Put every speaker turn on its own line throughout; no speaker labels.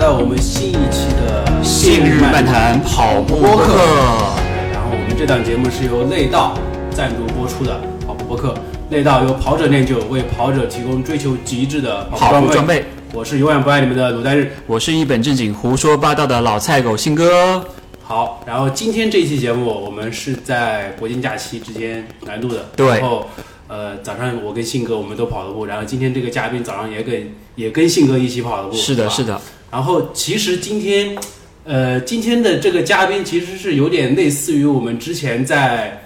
到我们新一期的《
信日漫谈跑步播客》，
然后我们这档节目是由内道赞助播出的跑步播客。内道由跑者练就，为跑者提供追求极致的
跑步
步
装
装
备。
我是永远不爱你们的鲁丹日。
我是一本正经胡说八道的老菜狗信哥。
好，然后今天这一期节目我们是在国庆假期之间来录的，
对
然后呃早上我跟信哥我们都跑了步，然后今天这个嘉宾早上也跟也跟信哥一起跑了步，
是的，
吧
是的，
然后其实今天，呃，今天的这个嘉宾其实是有点类似于我们之前在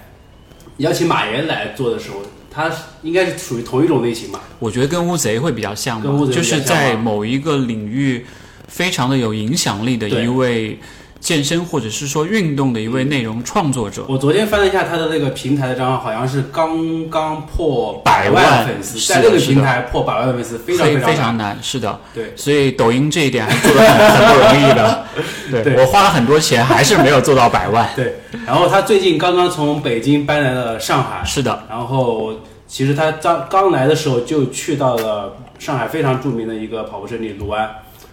邀请马爷来做的时候，他应该是属于同一种类型吧？
我觉得跟乌贼会比较像吧，
跟乌贼比
就
较像
是
吗
在某一个领域非常的有影响力的
对
一位健身或者是说运动的一位内容创作者。
我昨天翻了一下他的那个平台的账号，好像是刚刚破百
百万
粉丝，
是的
在那个
是的
平台破百万粉丝非常
非
非常
非
难。
常难，是的，
对，
所以抖音这一点还做的很很不容易的。对
对
我花了很多钱，还是没有做到百万。
对，然后他最近刚刚从北京搬来了上海，
是的，
然后其实他刚刚来的时候就去到了上海非常著名的一个跑步圣地卢湾，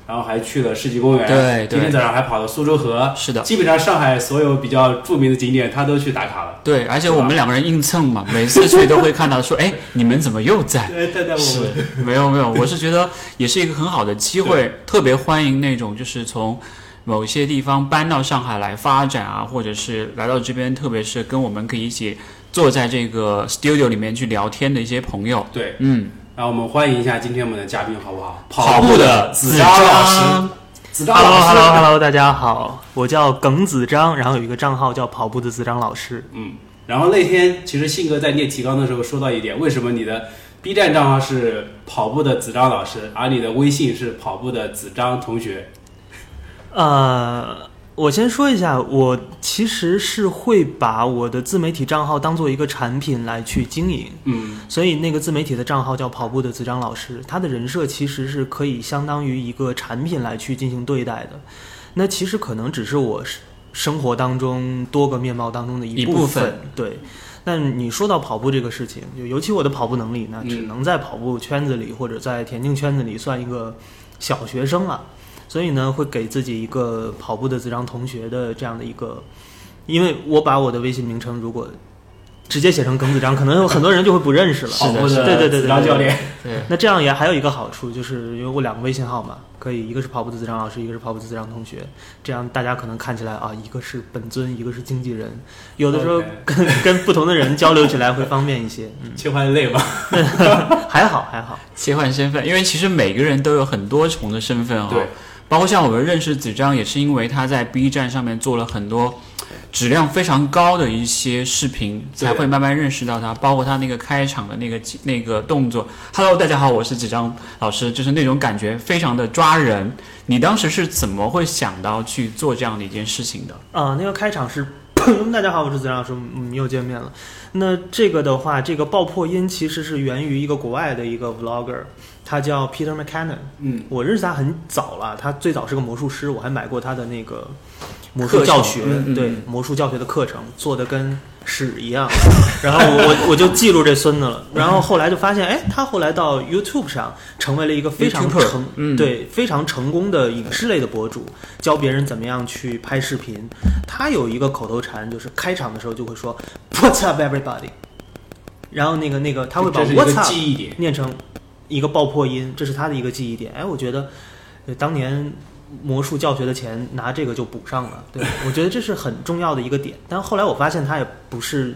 然后还去了世纪公园。
对对
今天早上还跑了苏州河。
是的。
基本上上海所有比较著名的景点他都去打卡了。
对，而且
是吧
我们两个人硬蹭嘛， 每次去都会看 到说，哎，你们怎么又在？
对对对，我
哎是
们，
没有 没有，我是觉得也是一个很好的机会，特别欢迎那种就是从某些地方搬到上海来发展啊，或者是来到这边，特别是跟我们可以一起坐在这个 studio 里面去聊天的一些朋友。
对，
嗯，
然后我们欢迎一下今天我们的嘉宾好不好？
步
步的
子
子章老师，
章，
子
h
章
e l l o
老
h
师
e l l o h e l l o 大家好，我叫耿子章，然后有一个账号叫跑步的子章老师。
嗯，然后那天其实信哥在念提纲的时候说到一点，为什么你的 B 站账号是跑步的子章老师，而你的微信是跑步的子章同学？
呃，我先说一下，我其实是会把我的自媒体账号当做一个产品来去经营，
嗯，
所以那个自媒体的账号叫跑步的子章老师，他的人设其实是可以相当于一个产品来去进行对待的。那其实可能只是我生生活当中多个面貌当中的
一
一
部
部
分
对。那你说到跑步这个事情，就尤其我的跑步能力，那
嗯
只能在跑步圈子里或者在田径圈子里算一个小学生了。所以呢，会给自己一个跑步的子章同学的这样的一个，因为我把我的微信名称如果直接写成耿子章，可能有很多人就会不认识了。哦
跑步
是
的
对对对对
子章教练。
对，
那这样也还有一个好处，就是因为我两个微信号嘛，可以一个是跑步的子章老师，一个是跑步的子章同学，这样大家可能看起来啊，一个是本尊，一个是经纪人，有的时候
OK
跟跟不同的人交流起来会方便一些。嗯，
切换类吧。
还好还好，
切换身份，因为其实每个人都有很多重的身份哈、啊
对
包括像我们认识子章，也是因为他在 B 站上面做了很多质量非常高的一些视频，
对
才会慢慢认识到他。包括他那个开场的那个那个动作，Hello，大家好，我是子章老师，就是那种感觉非常的抓人。你当时是怎么会想到去做这样的一件事情的？
啊、那个开场是。大家好，我是子章老师，我们又见面了。那这个的话，这个爆破音其实是源于一个国外的一个 vlogger，他叫 Peter McCannon。
嗯，
我认识他很早了，他最早是个魔术师，我还买过他的那个魔术
课
教
程
学，
嗯嗯
对
嗯
魔术教学的课程做的跟屎一 样，然后我我我就记住这孙子了，然后后来就发现，哎，他后来到 YouTube 上成为了一个非常
YouTuber，
成、
嗯
对非常成功的影视类的博主，教别人怎么样去拍视频。他有一个口头禅，就是开场的时候就会说 What's up everybody，然后那个那个他会把
这是一个
What's up
记忆点。
念成一个爆破音，这是他的一个记忆点。哎，我觉得，呃，当年魔术教学的钱拿这个就补上了， 对我觉得这是很重要的一个点。但后来我发现他也不是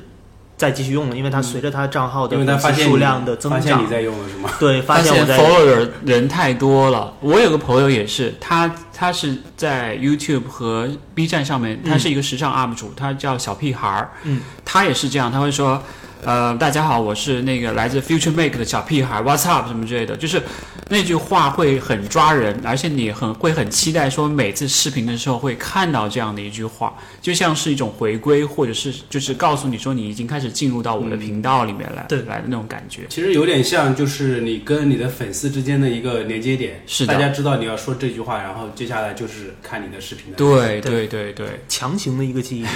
再继续用了，因为他随着他账号的
因为他发
粉丝
现
数
你
量的增
发现
长
你，在用了是吗？
对，发现
现
我在
follow 的人太多了。我有个朋友也是，他他是在 YouTube 和 B 站上面，他是一个时尚 UP 主，他叫小屁孩儿。
嗯，
他也是这样，他会说，呃，大家好，我是那个来自 Future Make 的小屁孩儿，What's up 什么之类的，就是那句话会很抓人，而且你很会很期待说每次视频的时候会看到这样的一句话，就像是一种回归，或者是就是告诉你说你已经开始进入到我的频道里面来，
嗯对
来的那种感觉。
其实有点像，就是你跟你的粉丝之间的一个连接点，
是的
大家知道你要说这句话，然后接下来就是看你的视频的。
对对对对。
强行的一个记忆点。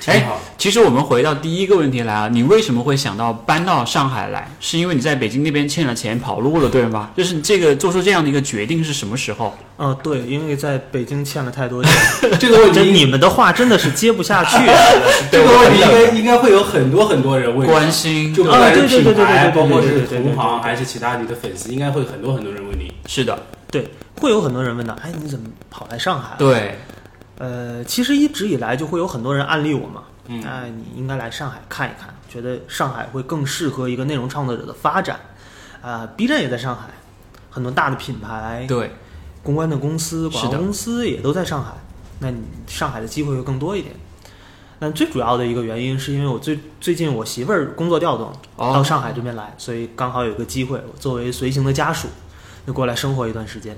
挺好。
其实我们回到第一个问题来啊，你为什么会想到搬到上海来？是因为你在北京那边欠了钱跑路了，对吗？就是你这个做出这样的一个决定是什么时候？
嗯、对，因为在北京欠了太 多钱，
这个问
这
题，
你们的话真的是接不下去。啊
这个问题应该应该会有很多很多人问你。
关心
就不
啊
管是
对对
品
对对
牌，
对对
包括是
对对对对
同行还是其他你的粉丝，应该会很多很多人问你。
是的，
对，会有很多人问到，哎，你怎么跑来上海？啊
对，
呃，其实一直以来就会有很多人安利我嘛，
嗯
哎，你应该来上海看一看，觉得上海会更适合一个内容创作者的发展。啊、b 站也在上海，很多大的品牌、
对，
公关的公司、广
是的
告公司也都在上海，那你上海的机会会更多一点。那最主要的一个原因是因为我最最近我媳妇儿工作调动
哦
到上海这边来，所以刚好有个机会，我作为随行的家属，就过来生活一段时间。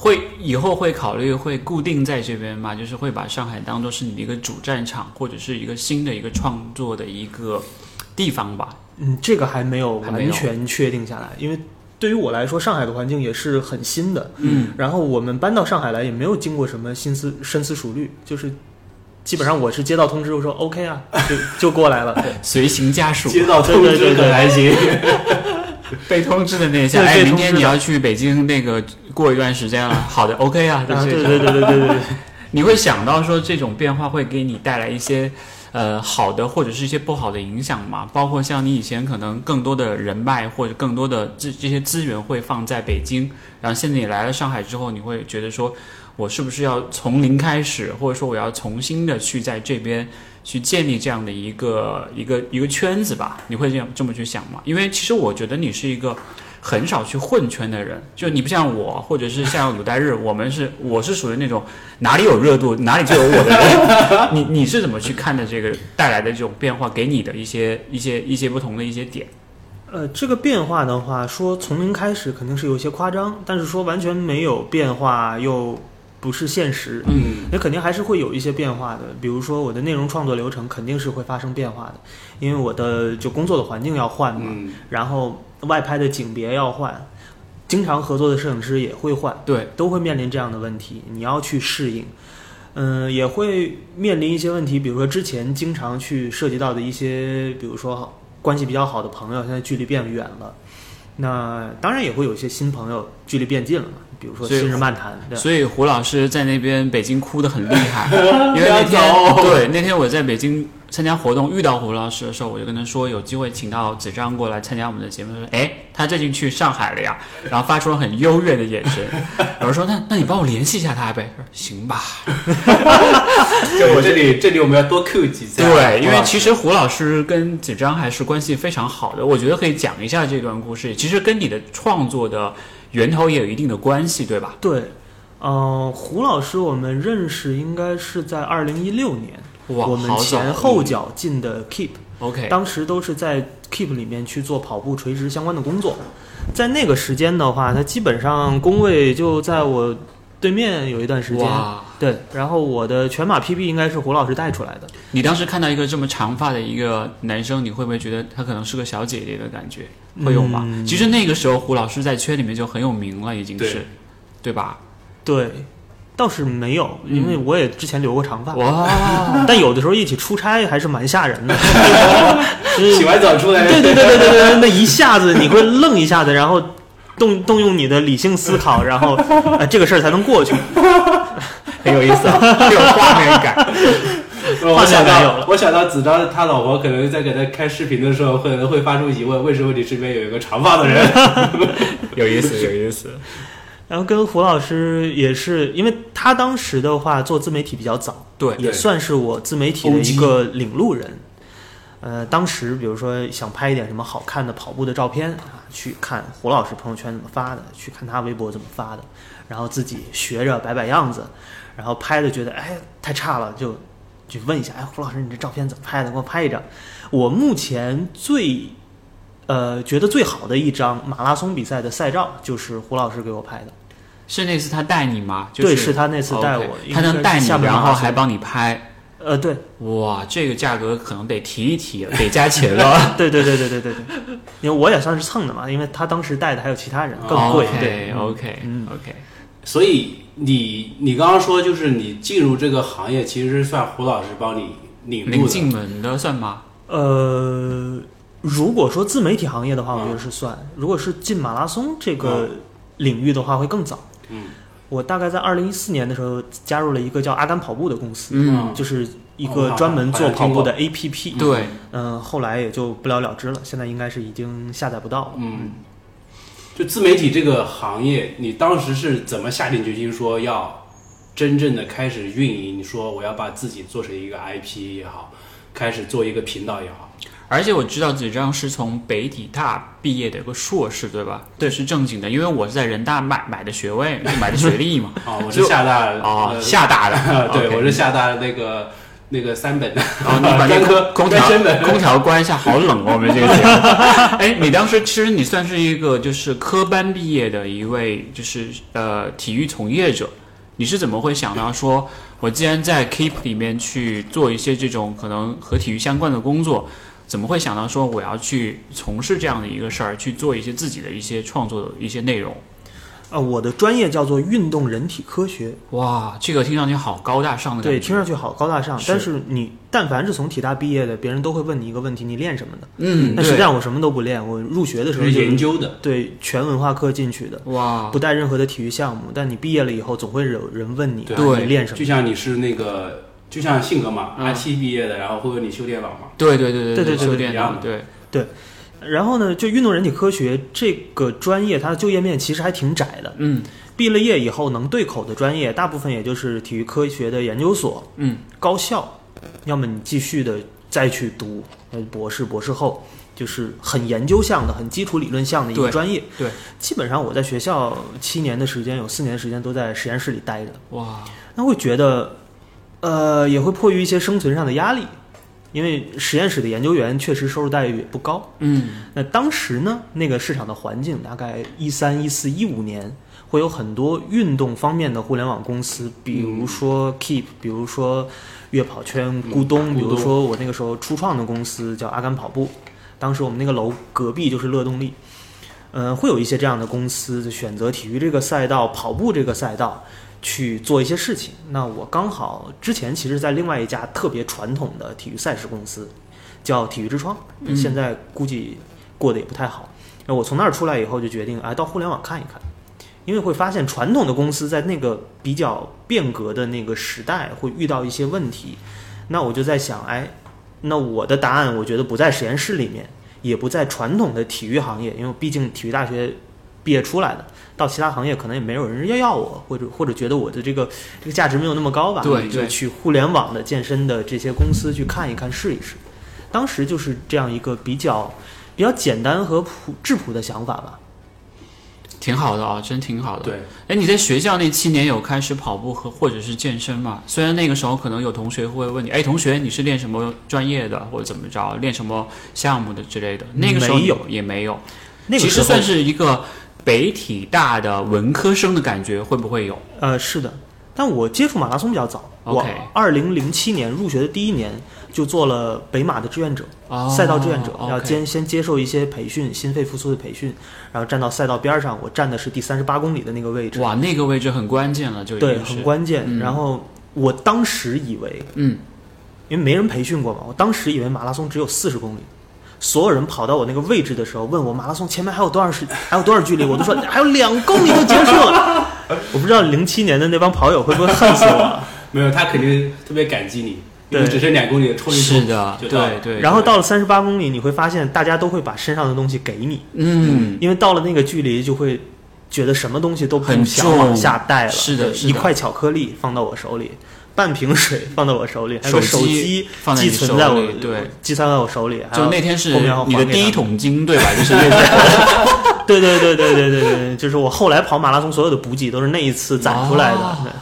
会以后会考虑会固定在这边吗？就是会把上海当做是你的一个主战场，或者是一个新的一个创作的一个地方吧？
嗯，这个还没有
还没有
完全确定下来，因为对于我来说，上海的环境也是很新的。
嗯，
然后我们搬到上海来，也没有经过什么心思深思熟虑，就是基本上我是接到通知我说 OK 啊，就就过来了。对
随行家属
接到通
对
知
对对
可
对
还行，
被通知的那一下，
对
哎，
被
明
通知
天
的
你要去北京那个过一段时间了。好的，OK 啊，
啊，
这
对
种
对对对对对对，
你会想到说这种变化会给你带来一些呃好的或者是一些不好的影响吗？包括像你以前可能更多的人脉或者更多的这这些资源会放在北京，然后现在你来了上海之后，你会觉得说我是不是要从零开始，或者说我要重新的去在这边去建立这样的一个一个一个圈子吧？你会这样这么去想吗？因为其实我觉得你是一个。很少去混圈的人，就你不像我，或者是像鲁代日，我们是我是属于那种哪里有热度，哪里就有我的人。 你你是怎么去看的这个带来的这种变化，给你的一些一些一些不同的一些点？
呃，这个变化的话，说从零开始肯定是有些夸张，但是说完全没有变化又不是现实。
嗯，
也肯定还是会有一些变化的，比如说我的内容创作流程肯定是会发生变化的，因为我的就工作的环境要换嘛，
嗯，
然后外拍的景别要换，经常合作的摄影师也会换，
对，
都会面临这样的问题，你要去适应。嗯，也会面临一些问题，比如说之前经常去涉及到的一些，比如说关系比较好的朋友，现在距离变远了。那当然也会有一些新朋友距离变近了嘛，比如说
所以
新日漫谈，对吧
所以胡老师在那边北京哭得很厉 害，因为那
不
天
要走
对那天我在北京参加活动遇到胡老师的时候，我就跟他说有机会请到子章过来参加我们的节目，他说哎他最近去上海了 呀，然后发出了很优越的眼神，然后说那那你帮我联系一下他呗，我说行吧，
就我这里这里我们要多 Q 几次啊。
对，因
好
为
吧
其实胡老师跟子章还是关系非常好的，我觉得可以讲一下这段故事。其实跟你的创作的源头也有一定的关系，对吧？
对，呃，胡老师我们认识应该是在二零一六年，
哇，
我们
好早嗯
前后脚进的 Keep，、
OK，
当时都是在 Keep 里面去做跑步垂直相关的工作。在那个时间的话，他基本上工位就在我对面有一段时间。
哇，
对，然后我的全马 PB 应该是胡老师带出来的。
你当时看到一个这么长发的一个男生，你会不会觉得他可能是个小姐姐的感觉？会有吗？
嗯
其实那个时候胡老师在圈里面就很有名了，已经是，
对
对吧？
对，倒是没有，因为我也之前留过长发，
嗯哇，
但有的时候一起出差还是蛮吓人 的。
洗完澡出来，
对对对对对对，那一下子你会愣一下子，然后动动用你的理性思考，然后呃这个事儿才能过去。
很有意 思，啊有画面 感。
我想
画面没有
到
了
我想到子章他老婆可能在给他开视频的时候，可能会发出疑问：为什么你身边有一个长发的人？
有 意思，有意思。
然后跟胡老师也是，因为他当时的话做自媒体比较早，
对
也算是我自媒体的一个领路人。呃，当时比如说想拍一点什么好看的跑步的照片啊，去看胡老师朋友圈怎么发的，去看他微博怎么发的，然后自己学着摆摆样子，然后拍的觉得哎太差了，就就问一下，哎胡老师你这照片怎么拍的？给我拍一张。我目前最呃觉得最好的一张马拉松比赛的赛照就是胡老师给我拍的。
是那次他带你吗？就哦
对是他那次带我
OK，
应
他
该
能带
是
你，
厦门
然
马拉
后
松
还帮你拍，
呃，对，
哇，这个价格可能得提一提了，得加钱了。
啊对对对对对对对，因为我也算是蹭的嘛，因为他当时带的还有其他人
哦
更贵，对
哦 OK OK
嗯
OK，
所以你你刚刚说，就是你进入这个行业，其实是算胡老师帮你领
临
路的。
近门的算吗？
呃，如果说自媒体行业的话，
嗯
我觉得是算；如果是进马拉松这个领域的话，会更早。
嗯，
我大概在二零一四年的时候加入了一个叫阿甘跑步的公司，
嗯，
就是一
哦
个专门做跑步的 APP。
嗯
对，
嗯、后来也就不了了之了，现在应该是已经下载不到了。
嗯，就自媒体这个行业，你当时是怎么下定决心说要真正的开始运营？你说我要把自己做成一个 IP 也好，开始做一个频道也好，
而且我知道子章是从北体大毕业的一个硕士，对吧？
对
是正经的，因为我是在人大买买的学位，买的学历 嘛。
啊，我是
就
厦大
哦，
呃
厦大的，
对
OK
我是厦大那个那个三本的，
哦，你 把那
专科
个空
专
调
升本
空调关一下，好冷哦，我们这个节 目。哎，你当时其实你算是一个就是科班毕业的一位，就是呃体育从业者，你是怎么会想到说，我既然在 Keep 里面去做一些这种可能和体育相关的工作，怎么会想到说我要去从事这样的一个事儿，去做一些自己的一些创作的一些内容？
啊，我的专业叫做运动人体科学，
哇，这个听上去好高大上的感
对，
觉。
听上去好高大上，
是
但是你但凡是从体大毕业的，别人都会问你一个问题：你练什么的？
嗯，
但实际
对，
上我什么都不练，我入学的时候
是
就
研究的，
对全文化课进去的，
哇，
不带任何的体育项目。但你毕业了以后，总会有人问你，
对
啊你练什么
就？像你是那个，就像性格嘛，
嗯
阿七毕业的，然后会问你修电脑嘛，
对对对
对对对
修
对
电
一
脑
样的
对，
然后呢，就运动人体科学这个专业，它的就业面其实还挺窄的。
嗯
毕了业以后能对口的专业，大部分也就是体育科学的研究所、
嗯。
高校，要么你继续的再去读呃博士、博士后，就是很研究项的、很基础理论项的一个
对
专业。
对
基本上我在学校七年的时间，有四年的时间都在实验室里待着。
哇，
那会觉得，呃，也会迫于一些生存上的压力，因为实验室的研究员确实收入待遇也不高。
嗯，
那当时呢，那个市场的环境大概一三、一四、一五年，会有很多运动方面的互联网公司，比如说 Keep，比如说悦跑圈、咕
嗯咕咚
咚，比如说我那个时候初创的公司叫阿甘跑步，当时我们那个楼隔壁就是乐动力。嗯，会有一些这样的公司就选择体育这个赛道、跑步这个赛道去做一些事情。那我刚好之前其实，在另外一家特别传统的体育赛事公司，叫体育之窗，
嗯
现在估计过得也不太好。那我从那儿出来以后，就决定哎，到互联网看一看，因为会发现传统的公司在那个比较变革的那个时代会遇到一些问题。那我就在想，哎，那我的答案我觉得不在实验室里面，也不在传统的体育行业，因为毕竟体育大学毕业出来的，到其他行业可能也没有人要要我，或者或者觉得我的这个这个价值没有那么高吧。
对
就
对
去互联网的健身的这些公司去看一看，试一试。当时就是这样一个比较比较简单和朴质朴的想法吧。
挺好的啊、真挺好的。
对，
哎，你在学校那七年有开始跑步和或者是健身吗？虽然那个时候可能有同学会问你，哎，同学你是练什么专业的，或者怎么着，练什么项目的之类的。那个时候
没有
你也没有，
那个
其
时
实
候
算是一个北体大的文科生的感觉，会不会有？
呃是的，但我接触马拉松比较早，我
OK
二零零七年入学的第一年就做了北马的志愿者。
哦
赛道志愿者，要
OK
先先接受一些培训，心肺复苏的培训，然后站到赛道边儿上，我站的是第三十八公里的那个位置，
哇，那个位置很关键了，就已经
对，
是
很关键。
嗯
然后我当时以为，
嗯，
因为没人培训过嘛，我当时以为马拉松只有四十公里。所有人跑到我那个位置的时候，问我马拉松前面还有多少时， 还有多少距离，我都说还有两公里就结束了。 我不知道零七年的那帮跑友会不会恨死我啊。
没有他肯定特别感激你，因为
对
只剩两公里冲一冲
是的，
就
对
到了
对。对
然后到了三十八公里，你会发现大家都会把身上的东西给你，
嗯，
因为到了那个距离就会觉得什么东西都不
很
想往
重
下带了。
是的
对
是的
一块巧克力放到我手里，半瓶水放到我手里，还有个
手
手
机
机
放在
寄
你
存
手
在我
里对，
寄存在我手里。还
就
有
那天是
后面要
你的
还给
第一
他
桶金对吧？就是 那种。
对对对对对对对对，就是我后来跑马拉松所有的补给都是那一次攒出来的。
哦
对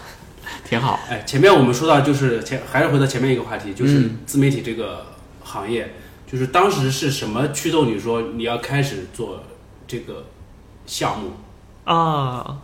挺好。
哎，前面我们说到就是前还是回到前面一个话题，就是
嗯
自媒体这个行业，就是当时是什么驱动你说你要开始做这个项目？
啊，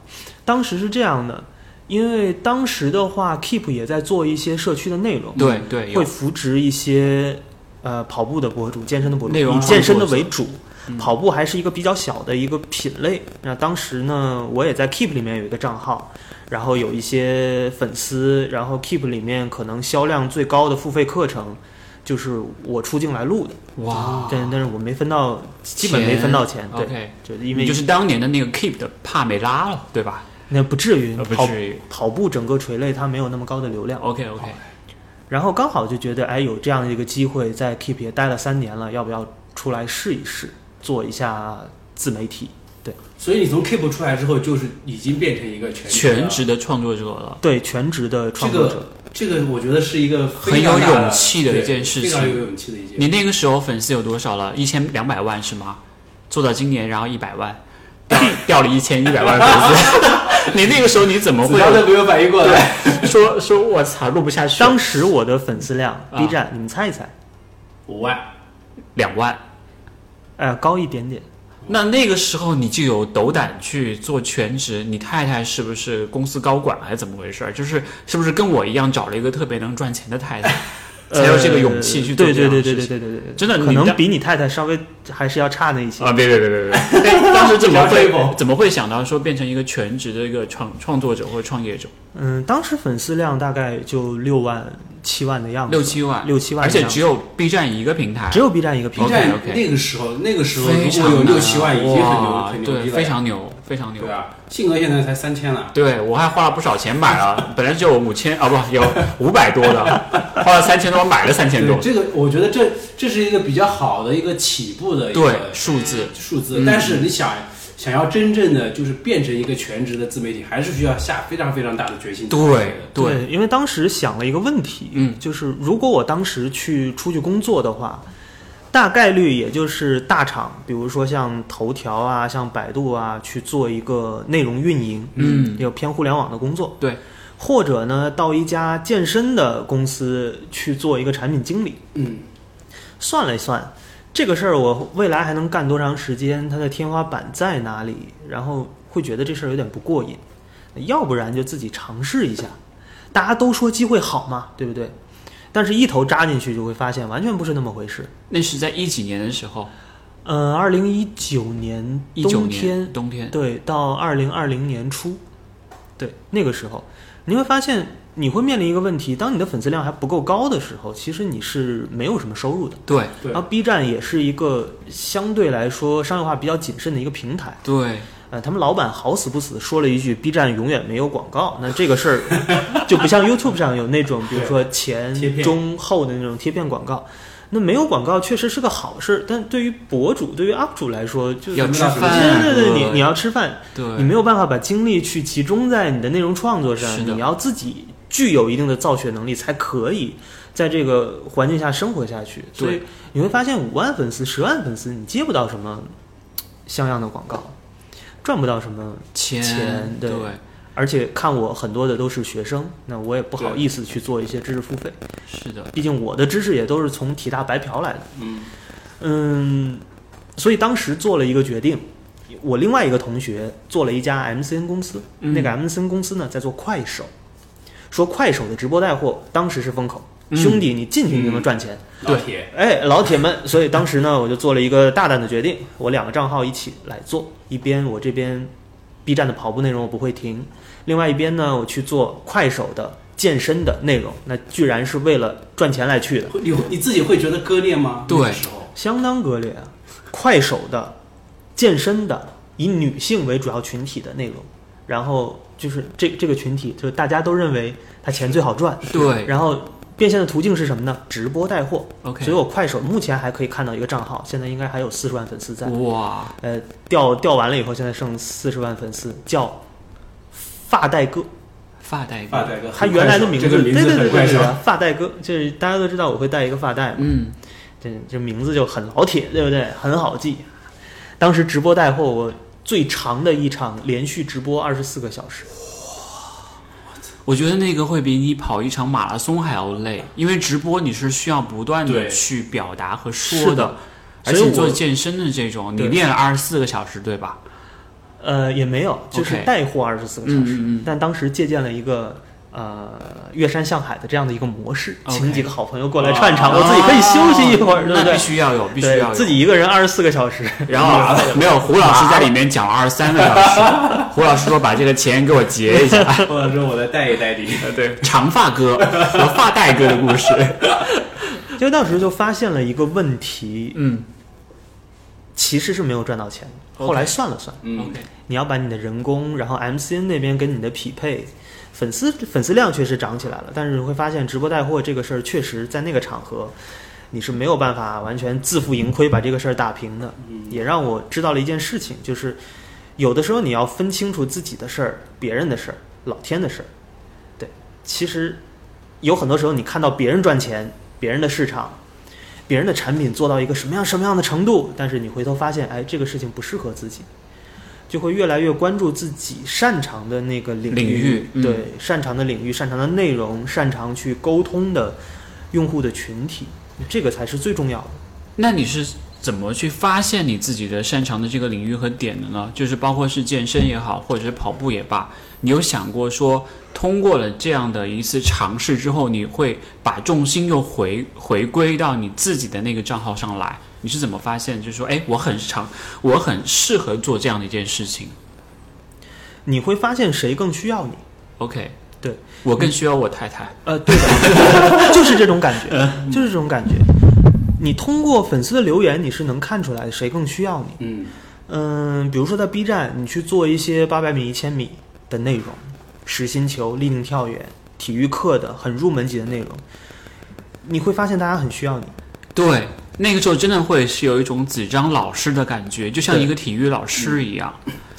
当时是这样的，因为当时的话，Keep
嗯
也在做一些社区的内容，
对对，有
会扶植一些呃跑步的博主、健身的博主，
内容
以
创
健身的
作者
为主。
嗯
跑步还是一个比较小的一个品类。那当时呢，我也在 Keep 里面有一个账号，然后有一些粉丝，然后 Keep 里面可能销量最高的付费课程，就是我出镜来录的。
哇，
但但是我没分到，基本没分到钱。对
OK，
就
因
因
为
为
就是当年的那个 Keep 的帕梅拉了，对吧？
那不至于
呃，不
跑
至于。
跑步整个垂类它没有那么高的流量。
OK OK，
然后刚好就觉得，哎，有这样的一个机会，在 Keep 也待了三年了，要不要出来试一试，做一下自媒体？
所以你从 Keep 出来之后，就是已经变成一个全职了
全职的创作者了，
对，全职的
这
创作者。
个这个，我觉得是一个
很
非常
有
大
勇气的一件事
对
情
非常有勇气的一件。
你那个时候粉丝有多少了？一千两百万是吗？做到今年，然后一百万， 掉掉了一千一百万粉 丝。你那个时候你怎么
子
会
乔都没有反应过来，
说说我操录不下去？
当时我的粉丝量
啊
，B 站，你们猜一猜？
五万，
两万。
呃，高一点点。
那那个时候你就有斗胆去做全职，你太太是不是公司高管还是怎么回事儿？就是是不是跟我一样找了一个特别能赚钱的太太，才有这个勇气去做
呃
这
对
样的
对对
事情？
对对对对对，
真的
可
你
能
当
比你太太稍微还是要差那一些。
啊！别别别别别！哎当时怎
不要
么会
吹
怎么会想到说变成一个全职的一个创创作者或者创业者？
嗯，当时粉丝量大概就六万、七万的样子，
六七万，
六七万
而
的
且
样子，
只有 B 站一个平台，
只有 B 站一个平
B
台。
站
OK，OK
那个时候，那个时候
非
如
常
果有
难啊
六七万，已经很牛
哇
很牛逼
对，
了，
非常牛，非常牛
对。啊。信哥现在才三千了，
对，我还花了不少钱买了， 本来只有五千啊，不，有五百多 的，花了三千多，买了三千
对
多，
这个，我觉得这这是一个比较好的一个起步的一
对
个，
数字
数字
嗯。
但是你想想要真正的就是变成一个全职的自媒体，还是需要下非常非常大的决心。
对对，
对，因为当时想了一个问题，
嗯，
就是如果我当时去出去工作的话，大概率也就是大厂，比如说像头条啊、像百度啊，去做一个内容运营，
嗯，
有偏互联网的工作，
对，
或者呢，到一家健身的公司去做一个产品经理。
嗯，
算了一算，这个事儿我未来还能干多长时间？它的天花板在哪里？然后会觉得这事儿有点不过瘾，要不然就自己尝试一下。大家都说机会好嘛，对不对？但是一头扎进去就会发现完全不是那么回事。
那是在一几年的时候，
呃，二零一九年
一九
冬
年
天，
冬天，
对，到二零二零年初，对那个时候，你会发现你会面临一个问题：当你的粉丝量还不够高的时候，其实你是没有什么收入的。
对
对
然后 B 站也是一个相对来说商业化比较谨慎的一个平台。
对，
呃，他们老板好死不死说了一句：“B 站永远没有广告。”那这个事儿 就不像 YouTube 上有那种，比如说
贴
前
片
中后的那种贴片广告。那没有广告确实是个好事，但对于博主、对于 UP 主来说，就是
要
不
吃
知道什么
饭，
对对对，你你要吃饭，你
对
没有办法把精力去集中在你的内容创作上
是，的
你要自己具有一定的造血能力，才可以在这个环境下生活下去。
对
所以你会发现，五万粉丝、十万粉丝，你接不到什么像样的广告，赚不到什么，
钱
钱
对
对而且看我很多的都是学生，那我也不好意思去做一些知识付费，
是的，
毕竟我的知识也都是从体大白嫖来的。
嗯，
嗯，所以当时做了一个决定，我另外一个同学做了一家 MCN 公司，
嗯
那个 MCN 公司呢在做快手，说快手的直播带货当时是风口，
嗯
兄弟你进去你就能赚钱。
老铁，
哎，老铁们，所以当时呢我就做了一个大胆的决定，我两个账号一起来做，一边我这边 B 站的跑步内容我不会停，另外一边呢我去做快手的健身的内容，那居然是为了赚钱来去的。
会你你自己会觉得割裂吗？
对
那个时候
相当割裂啊！快手的、健身的，以女性为主要群体的内容，然后就是这这个群体，就是大家都认为它钱最好赚，
对
然后变现的途径是什么呢？直播带货。
，OK，
所以我快手目前还可以看到一个账号，现在应该还有四十万粉丝在，
哇，
呃，调调完了以后，现在剩四十万粉丝，叫发带哥。
发带
发
哥，
带哥很快手，
他原来的名字，
这个名
对
字
对对
很
对
快手
对，，发带哥，就是大家都知道我会带一个发带嘛，
嗯，
这这名字就很老铁，对不对？很好记。当时直播带货，我最长的一场连续直播二十四个小时，
我觉得那个会比你跑一场马拉松还要累，因为直播你是需要不断的
对
去表达和说
是
的
的，
而
所
且
以我
做健身的这种，你
对
练了二十四个小时，对吧？
呃，也没有，就是
OK
带货二十四个小时。
嗯嗯嗯，
但当时借鉴了一个呃越山向海的这样的一个模式，
OK
请几个好朋友过来串场，
啊
我自己可以休息一会儿，对不
那
对
必？须要有，必须啊要有
对，自己。一个人二十四个小时，
然后没有胡老师在里面讲了二十三个小时， 胡老师说把这个钱给我结一下。
或者说我来带一带你。
啊对，长发哥和发带哥的故事。
就当时就发现了一个问题，
嗯
其实是没有赚到钱的。
OK
后来算了算，
嗯，
你要把你的人工，然后 MCN 那边跟你的匹配，粉丝粉丝量确实涨起来了，但是会发现直播带货这个事儿，确实在那个场合，你是没有办法完全自负盈亏把这个事儿打平的。也让我知道了一件事情，就是有的时候你要分清楚自己的事儿、别人的事儿、老天的事儿。对，其实有很多时候你看到别人赚钱、别人的市场。别人的产品做到一个什么样什么样的程度，但是你回头发现，哎，这个事情不适合自己，就会越来越关注自己擅长的那个领域，
领域嗯
对擅长的领域、擅长的内容、擅长去沟通的用户的群体，这个才是最重要的。
那你是怎么去发现你自己的擅长的这个领域和点的呢？就是包括是健身也好，或者是跑步也罢，你有想过说通过了这样的一次尝试之后，你会把重心又回回归到你自己的那个账号上来？你是怎么发现？就是说，哎，我很长，我很适合做这样的一件事情。
你会发现谁更需要你。
OK，
对
我更需要我太太。
呃，对的，就是这种感觉， 就是这种感觉。你通过粉丝的留言，你是能看出来谁更需要你。
嗯，
嗯，比如说在 B 站，你去做一些八百米、一千米的内容，实心球、立定跳远、体育课的很入门级的内容，你会发现大家很需要你。
对，那个时候真的会是有一种子张老师的感觉，就像
对
一个体育老师一样。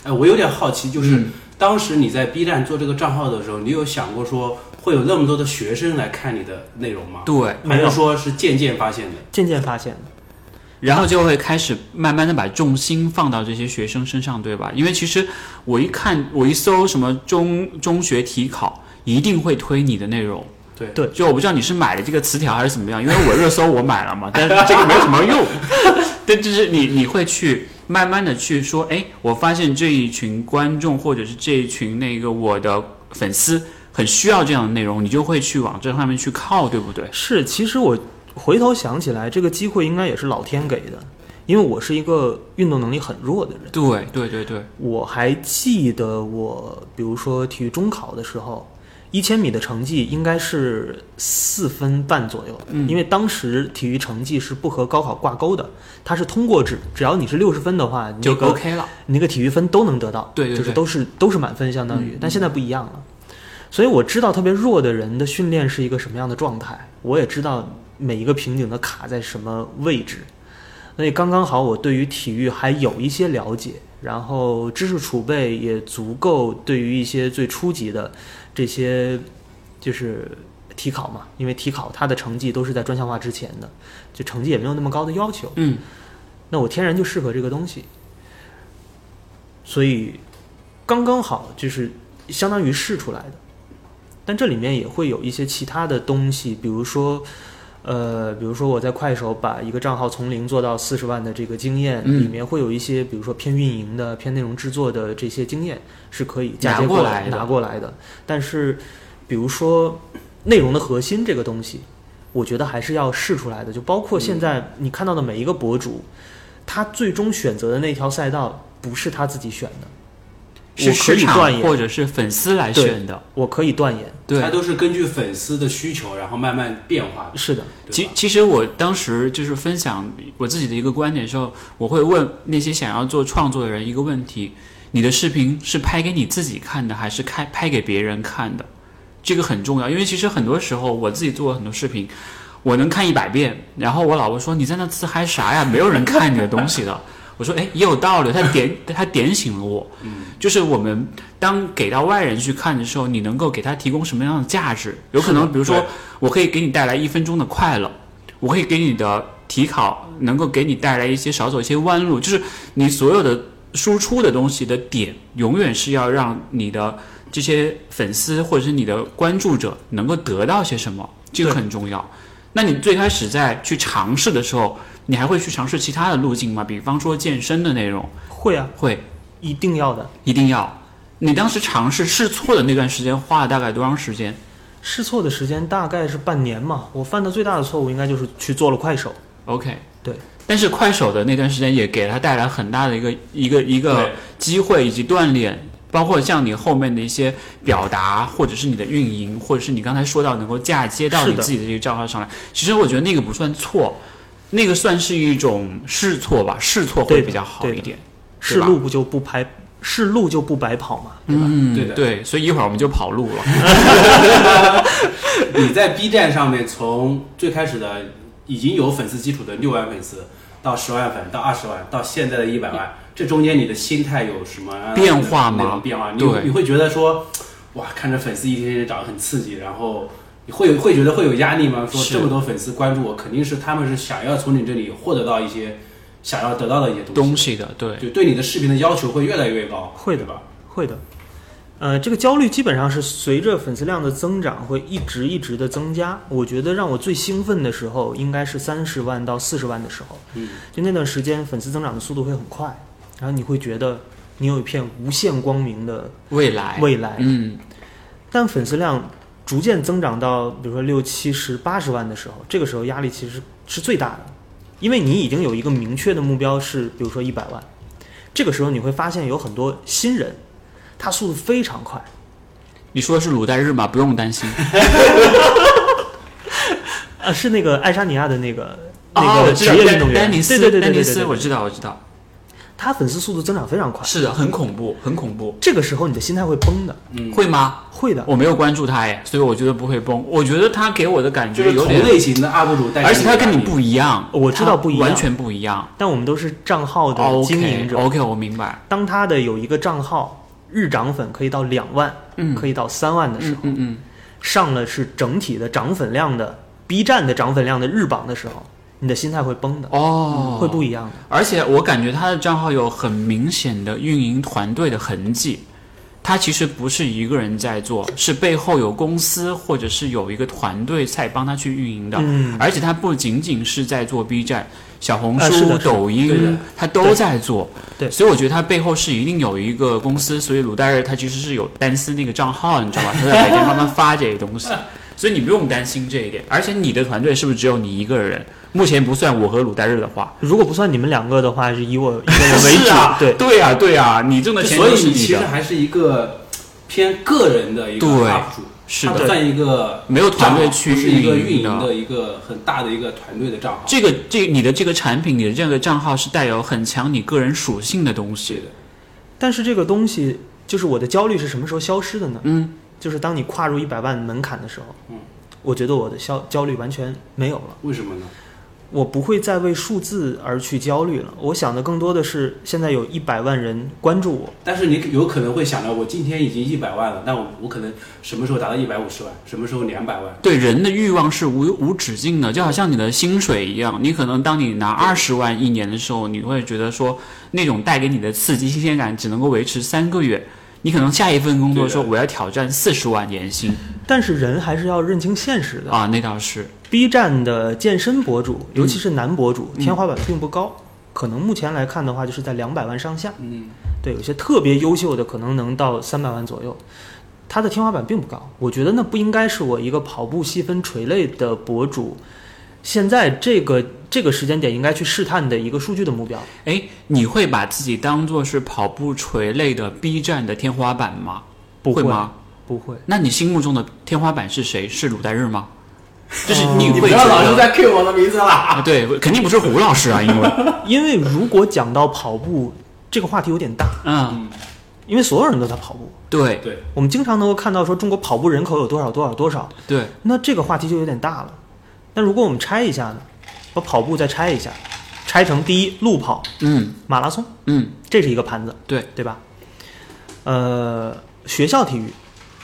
哎，我有点好奇，就是、
嗯
当时你在 B 站做这个账号的时候，你有想过说会有那么多的学生来看你的内容吗？
对，
还
没有
是说是渐渐发现的？
渐渐发现，
然后就会开始慢慢的把重心放到这些学生身上，对吧？因为其实我一看，我一搜什么中中学体考，一定会推你的内容。
对
对
就我不知道你是买了这个词条还是怎么样，因为我热搜我买了嘛，但是这个没有什么用。 但就是你你会去慢慢的去说，哎，我发现这一群观众或者是这一群那个我的粉丝很需要这样的内容，你就会去往这上面去靠，对不对？
是，其实我回头想起来，这个机会应该也是老天给的，因为我是一个运动能力很弱的人。
对对对对，
我还记得我，比如说体育中考的时候，一千米的成绩应该是四分半左右，
嗯
因为当时体育成绩是不和高考挂钩的，它是通过制，只要你是六十分的话，你
就
那个
OK 了。
你那个体育分都能得到，
对对
就是
对嗯
都是都是满分，相当于，但现在不一样了。所以我知道特别弱的人的训练是一个什么样的状态，我也知道每一个瓶颈的卡在什么位置，所以刚刚好我对于体育还有一些了解，然后知识储备也足够，对于一些最初级的这些就是体考嘛，因为体考它的成绩都是在专项化之前的，就成绩也没有那么高的要求，
嗯，
那我天然就适合这个东西，所以刚刚好就是相当于试出来的。但这里面也会有一些其他的东西，比如说，呃，比如说我在快手把一个账号从零做到四十万的这个经验，
嗯
里面会有一些，比如说偏运营的、偏内容制作的这些经验是可以嫁
拿
接
过
来
来的
拿过来的。但是，比如说内容的核心这个东西，我觉得还是要试出来的。就包括现
嗯
在你看到的每一个博主，他最终选择的那条赛道不是他自己选的，
是
我可
市
以
场
断言，
或者是粉丝来选的。
我可以断言，
对，
它都是根据粉丝的需求，然后慢慢变化的，
是的，
对
其
吧？
其实我当时就是分享我自己的一个观点的时候，我会问那些想要做创作的人一个问题：你的视频是拍给你自己看的，还是开拍给别人看的？这个很重要，因为其实很多时候我自己做了很多视频，我能看一百遍，然后我老婆说你在那自嗨啥呀？没有人看你的东西的。我说哎，也有道理，他点他点醒了我，就是我们当给到外人去看的时候，你能够给他提供什么样的价值？有可能比如说
对
我可以给你带来一分钟的快乐，我可以给你的体考能够给你带来一些少走一些弯路，就是你所有的输出的东西的点，永远是要让你的这些粉丝或者是你的关注者能够得到些什么，这个很重要。那你最开始在去尝试的时候，你还会去尝试其他的路径吗？比方说健身的内容，
会啊，
会
一定要的。
一定要。你当时尝试试错的那段时间花了大概多长时间？
试错的时间大概是半年嘛。我犯的最大的错误应该就是去做了快手。
OK，
对。
但是快手的那段时间也给他带来很大的一个一个一个
对
机会以及锻炼，包括像你后面的一些表达，或者是你的运营，或者是你刚才说到能够嫁接到
是
你
的
自己的这个账号上来。其实我觉得那个不算错，那个算是一种试错吧，试错
对
会
的
比较好
对
一
的
点。
是路不就不白是路就不白跑嘛，对吧？
嗯
对的
对，所以一会儿我们就跑路 了。
你在 B 站上面从最开始的已经有粉丝基础的六万粉丝，到十万粉，到二十万，到现在的一百万，这中间你的心态有什么
变化吗
那种变化，你
对
你会觉得说，哇，看着粉丝一天天涨很刺激，然后你会有会觉得会有压力吗？说
是
这么多粉丝关注我，肯定是他们是想要从你这里获得到一些想要得到的一些
东
东西，
西的，对，
就对你的视频的要求会越来越高，
会的
对吧？
会的。呃，这个焦虑基本上是随着粉丝量的增长会一直一直的增加。我觉得让我最兴奋的时候应该是三十万到四十万的时候，
嗯，
就那段时间粉丝增长的速度会很快，然后你会觉得你有一片无限光明的
未来，
未来。
嗯，
但粉丝量逐渐增长到，比如说六七十、八十万的时候，这个时候压力其实是最大的，因为你已经有一个明确的目标是，比如说一百万。这个时候你会发现有很多新人，他速度非常快，
你说的是鲁代日嘛，不用担心。
呃，是那个爱沙尼亚的那个、
哦
那
我
个
知
职
道
业
丹
运动员，
丹尼斯，
对对对对
丹尼
对
斯，
对
我
对，
知道，我知道，
他粉丝速度增长非常快，
是的，很恐怖，很恐怖，
这个时候你的心态会崩的，
嗯，
会吗？
会的。
我没有关注他耶，所以我觉得不会崩。我觉得他给我的感
就
觉
是
有
同
点，
类型的 UP 主带给
而且他跟你
的压力
不一样，
我知道不一样
他完全不一样。
但我们都是账号的经营
OK
者
OK，我明白。
当他的有一个账号日涨粉可以到两万，
嗯
可以到三万的时候
嗯，嗯嗯，
上了是整体的涨粉量的 B 站的涨粉量的日榜的时候，你的心态会崩的，
哦，
嗯会不一样的。
而且我感觉他的账号有很明显的运营团队的痕迹，他其实不是一个人在做，是背后有公司或者是有一个团队在帮他去运营的。
嗯，
而且他不仅仅是在做 B 站、小红
啊是的
书、
是的
抖
对的
音，他都在做。
对
所以我觉得他背后是一定有一个公司。所以鲁代日他其实是有单司那个账号，你知道吧？他在每天慢慢发这些东 西，所以你不用担心这一点。而且你的团队是不是只有你一个人？目前不算我和鲁代日的话，
如果不算你们两个的话，是以我一个人为
是
主。
啊，
对，
对啊，对啊，你挣的钱
所以
都是
你
你
其实
的，
还是一个偏个人的一个
对
UP 主，
是
它不
的，
算一个
没有团队
账号
去
不是一个运
营
营
的
的一个很大的一个团队的账号。
这个这你的这个产品，你的这个账号是带有很强你个人属性的东
是
西。
的，
但是这个东西就是我的焦虑是什么时候消失的呢？
嗯，
就是当你跨入一百万门槛的时候，
嗯，
我觉得我的焦焦虑完全没有了，
为什么呢？
我不会再为数字而去焦虑了。我想的更多的是现在有一百万人关注我，
但是你有可能会想到，我今天已经一百万了，那我我可能什么时候达到一百五十万，什么时候两百万？
对人的欲望是无无止境的，就好像你的薪水一样，你可能当你拿二十万一年的时候，你会觉得说那种带给你的刺激新鲜感只能够维持三个月，你可能下一份工作
对的
说我要挑战四十万年薪
但是人还是要认清现实的。
啊，那倒是
B 站的健身博主，尤其是男博主，天花板并不高，可能目前来看的话，就是在两百万上下。
嗯，
对，有些特别优秀的，可能能到三百万左右，他的天花板并不高。我觉得那不应该是我一个跑步细分垂类的博主，现在这个这个时间点应该去试探的一个数据的目标。
哎，你会把自己当做是跑步垂类的 B 站的天花板吗？
不
会
会
吗？
不会，
那你心目中的天花板是谁？是鲁代日吗？就是
哦
你
你不
会
要老是
觉得
在 Q 我的名字啦。
啊？对，肯定不是胡老师啊，因为
因为如果讲到跑步这个话题有点大，
嗯，
嗯，
因为所有人都在跑步，
对
对，
我们经常能够看到说中国跑步人口有多少多少多少。
对，
那这个话题就有点大了。那如果我们拆一下呢？把跑步再拆一下，拆成第一路跑、
嗯
马拉松，
嗯，
这是一个盘子，
对
对吧？呃，学校体育、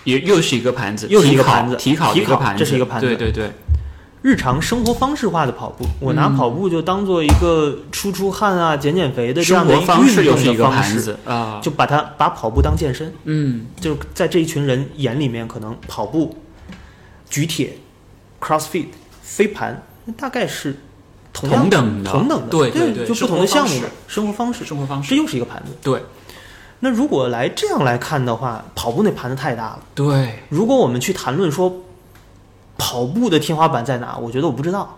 也又是一个盘子，
又是一
体
个
考
盘子
体考的一
体
个
考
盘子，
这是一个盘子
对对对，
日常生活方式化的跑步，我
嗯
拿跑步就当做一个出出汗啊、减减肥的这
生
样的
活
一个
方
运
式
动
又是一
的
个
方
盘
式，
子啊，
就把它把跑步当健身，
嗯，
就是在这一群人眼里面，可能跑步、举铁、CrossFit、飞盘，大概是同样
同等的
同等的，
对
对
对对
就不同的项目
生活
嘛
方式，
生活方式，
生活方
这
式
又是一个盘子。
对，
那如果来这样来看的话，跑步那盘子太大了。
对，
如果我们去谈论说跑步的天花板在哪，我觉得我不知道。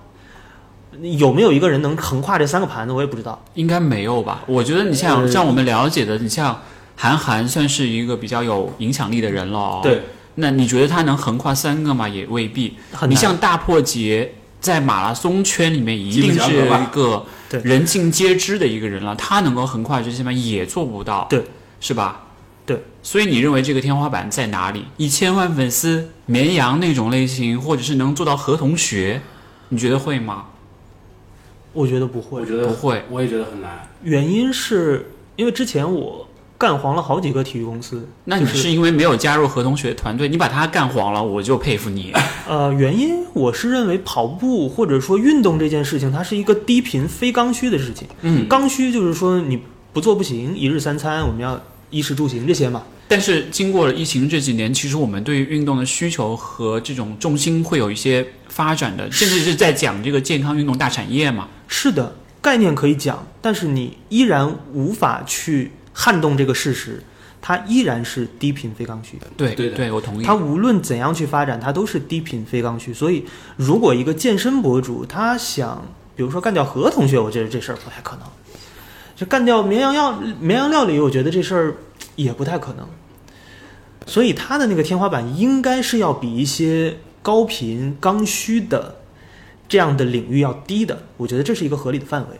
有没有一个人能横跨这三个盘子，我也不知道。
应该没有吧？我觉得你像、
呃
像我们了解的，你像韩寒算是一个比较有影响力的人了、哦。，
对，
那你觉得他能横跨三个吗？也未必。
很
你
难。
像大破节，在马拉松圈里面一
基本
定
上
是
合吧
一个
对
人尽皆知的一个人了，他能够横跨这些吗？也做不到，
对，
是吧？
对，
所以你认为这个天花板在哪里？一千万粉丝、绵羊那种类型，或者是能做到合同学，你觉得会吗？
我觉得不会
我，觉
不
得
会，
我也觉得很难。
原因是因为之前我干黄了好几个体育公司。
那你
就是
因为没有加入合同学团队，你把他干黄了，我就佩服你。
呃，原因我是认为跑步或者说运动这件事情，它是一个低频非刚需的事情。
嗯，
刚需就是说你不做不行，一日三餐我们要衣食住行这些嘛。
但是经过了疫情这几年，其实我们对于运动的需求和这种重心会有一些发展的，甚至是在讲这个健康运动大产业嘛。
是的，概念可以讲，但是你依然无法去撼动这个事实，它依然是低频非刚需。
对
对的
对，我同意
它。无论怎样去发展，它都是低频非刚需。所以，如果一个健身博主他想，比如说干掉何同学，我觉得这事儿不太可能；就干掉绵羊料绵羊料理，我觉得这事儿也不太可能。所以，他的那个天花板应该是要比一些高频刚需的这样的领域要低的。我觉得这是一个合理的范围。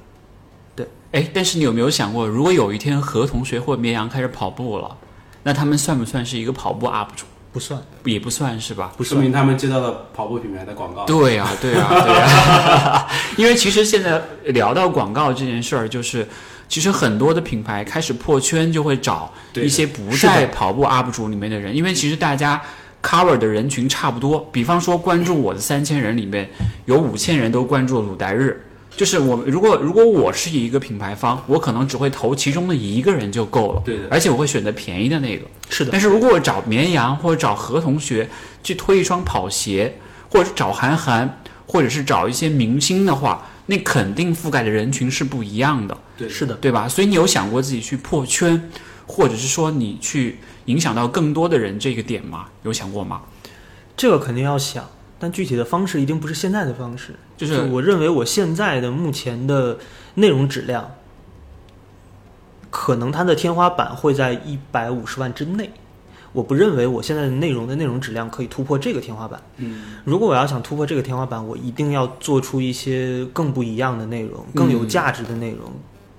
哎，但是你有没有想过，如果有一天何同学或绵羊开始跑步了，那他们算不算是一个跑步 UP 主？
不算，
也不算是吧？
不
说
算。
明他们接到了跑步品牌的广告。
对啊，对啊，对啊。因为其实现在聊到广告这件事儿，就是其实很多的品牌开始破圈，就会找
对的
一些不
是的
在跑步 UP 主里面的人，因为其实大家 cover 的人群差不多。比方说，关注我的三千人里面有五千人都关注鲁代日。就是我，如果如果我是一个品牌方，我可能只会投其中的一个人就够了，
对的
而且我会选择便宜的那个。
是的，
但是如果我找绵羊或者找何同学去推一双跑鞋，或者找韩寒，或者是找一些明星的话，那肯定覆盖的人群是不一样的，
对
是的。
对吧？所以你有想过自己去破圈，或者是说你去影响到更多的人这个点吗？有想过吗？
这个肯定要想，但具体的方式一定不是现在的方式。
就是
就我认为我现在的目前的内容质量，可能它的天花板会在一百五十万之内。我不认为我现在的内容的内容质量可以突破这个天花板。
嗯，
如果我要想突破这个天花板，我一定要做出一些更不一样的内容，更有价值的内容，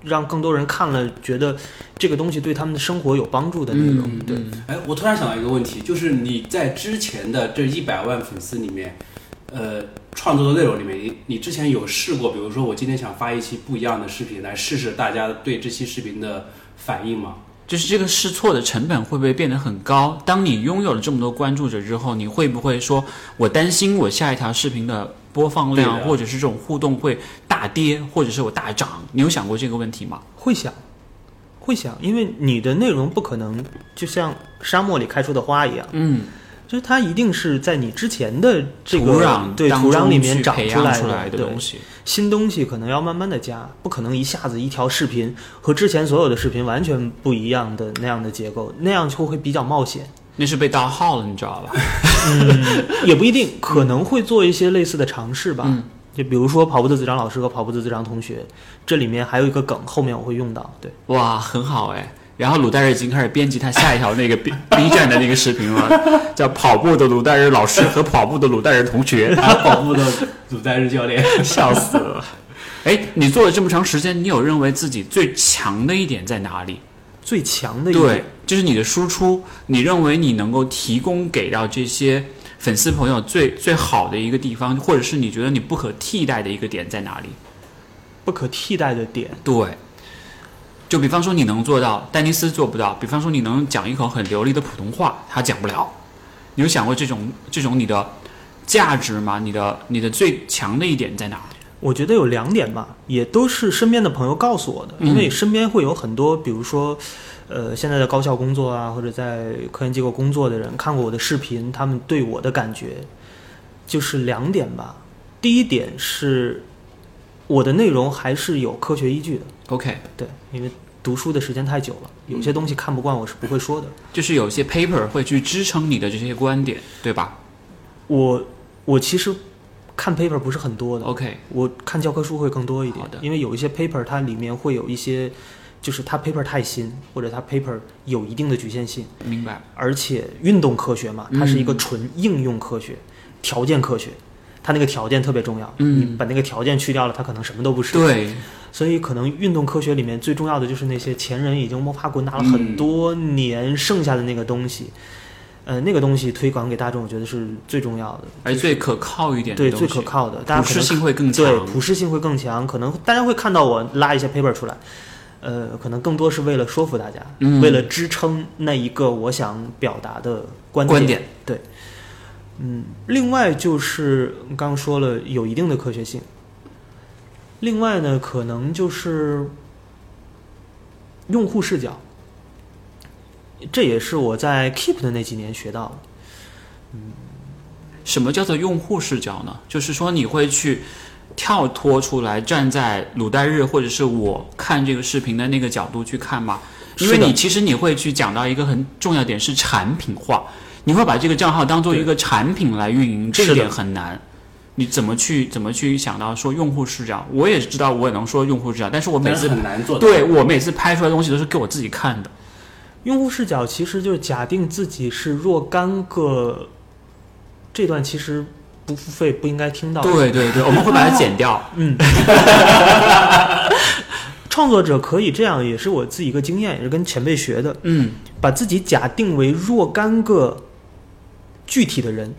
让更多人看了觉得这个东西对他们的生活有帮助的内容。
嗯
对，
哎，我突然想到一个问题，就是你在之前的这一百万粉丝里面，呃，创作的内容里面，你你之前有试过，比如说我今天想发一期不一样的视频，来试试大家对这期视频的反应吗？
就是这个试错的成本会不会变得很高？当你拥有了这么多关注者之后，你会不会说，我担心我下一条视频的播放量
对，的
或者是这种互动会大跌，或者是我大涨？你有想过这个问题吗？
会想，会想，因为你的内容不可能就像沙漠里开出的花一样，
嗯，
就是它一定是在你之前的这个
土壤
对
当
土壤
中
里
去
面长
培养
来
出
的
来的
对
东西，
新东西可能要慢慢的加，不可能一下子一条视频和之前所有的视频完全不一样的那样的结构，那样就会比较 冒险。
那是被盗号了，你知道吧？
也不一定，可能会做一些类似的尝试吧。
嗯
就比如说跑步的子章老师和跑步的子章同学，这里面还有一个梗，后面我会用到。对，
哇，很好哎。然后鲁代日已经开始编辑他下一条那个 B B 站的那个视频了，叫跑步的鲁代日老师和跑步的鲁代日同学。
还有跑步 的鲁代日教练，
笑死 了！哎，你做了这么长时间，你有认为自己最强的一点在哪里？
最强的一
对
点，，
就是你的输出，你认为你能够提供给到这些粉丝朋友最最好的一个地方，或者是你觉得你不可替代的一个点在哪里？
不可替代的点，
对，就比方说你能做到，丹尼斯做不到；比方说你能讲一口很流利的普通话，他讲不了。你有想过这种这种你的价值吗？你的你的最强的一点在哪？
我觉得有两点吧，也都是身边的朋友告诉我的，
嗯
因为身边会有很多，比如说，呃，现在在高校工作啊，或者在科研机构工作的人，看过我的视频，他们对我的感觉就是两点吧。第一点是我的内容还是有科学依据的，
OK，
对，因为读书的时间太久了，有些东西看不惯我是不会说的。
就是有些 paper 会去支撑你的这些观点，对吧
我我其实看 paper 不是很多的，
？OK，
我看教科书会更多一点
好的，
因为有一些 paper 它里面会有一些，就是它 paper 太新，或者它 paper 有一定的局限性，
明白。
而且运动科学嘛，
嗯
它是一个纯应用科学，条件科学，它那个条件特别重要，
嗯，
把那个条件去掉了，它可能什么都不是。，
对，
所以可能运动科学里面最重要的就是那些前人已经摸爬滚打了很多年剩下的那个东西，呃，那个东西推广给大众，我觉得是最重要的，
而最可靠一点的
对
东
最
西，
可靠的，大家
普
可
适
能
性会更
对，
强。
普适性会更强，可能大家会看到我拉一些 paper 出来，呃，可能更多是为了说服大家，
嗯
为了支撑那一个我想表达的观
观点
对，嗯，另外就是刚刚说了有一定的科学性，另外呢，可能就是用户视角，这也是我在 Keep 的那几年学到的。
什么叫做用户视角呢？就是说你会去跳脱出来，站在鲁代日或者是我看这个视频的那个角度去看嘛？因为
是的
你其实你会去讲到一个很重要点是产品化，你会把这个账号当做一个产品来运营，这
是
一
的
点很难。你怎么去怎么去想到说用户视角？我也知道我也能说用户视角，但是我每
但
次
是很难做到。
对我每次拍出来的东西都是给我自己看的。
用户视角其实就是假定自己是若干个，这段其实不付费不应该听到。，
对对对，我们会把它剪掉。
嗯，创作者可以这样，也是我自己一个经验，也是跟前辈学的，
嗯，
把自己假定为若干个具体的人。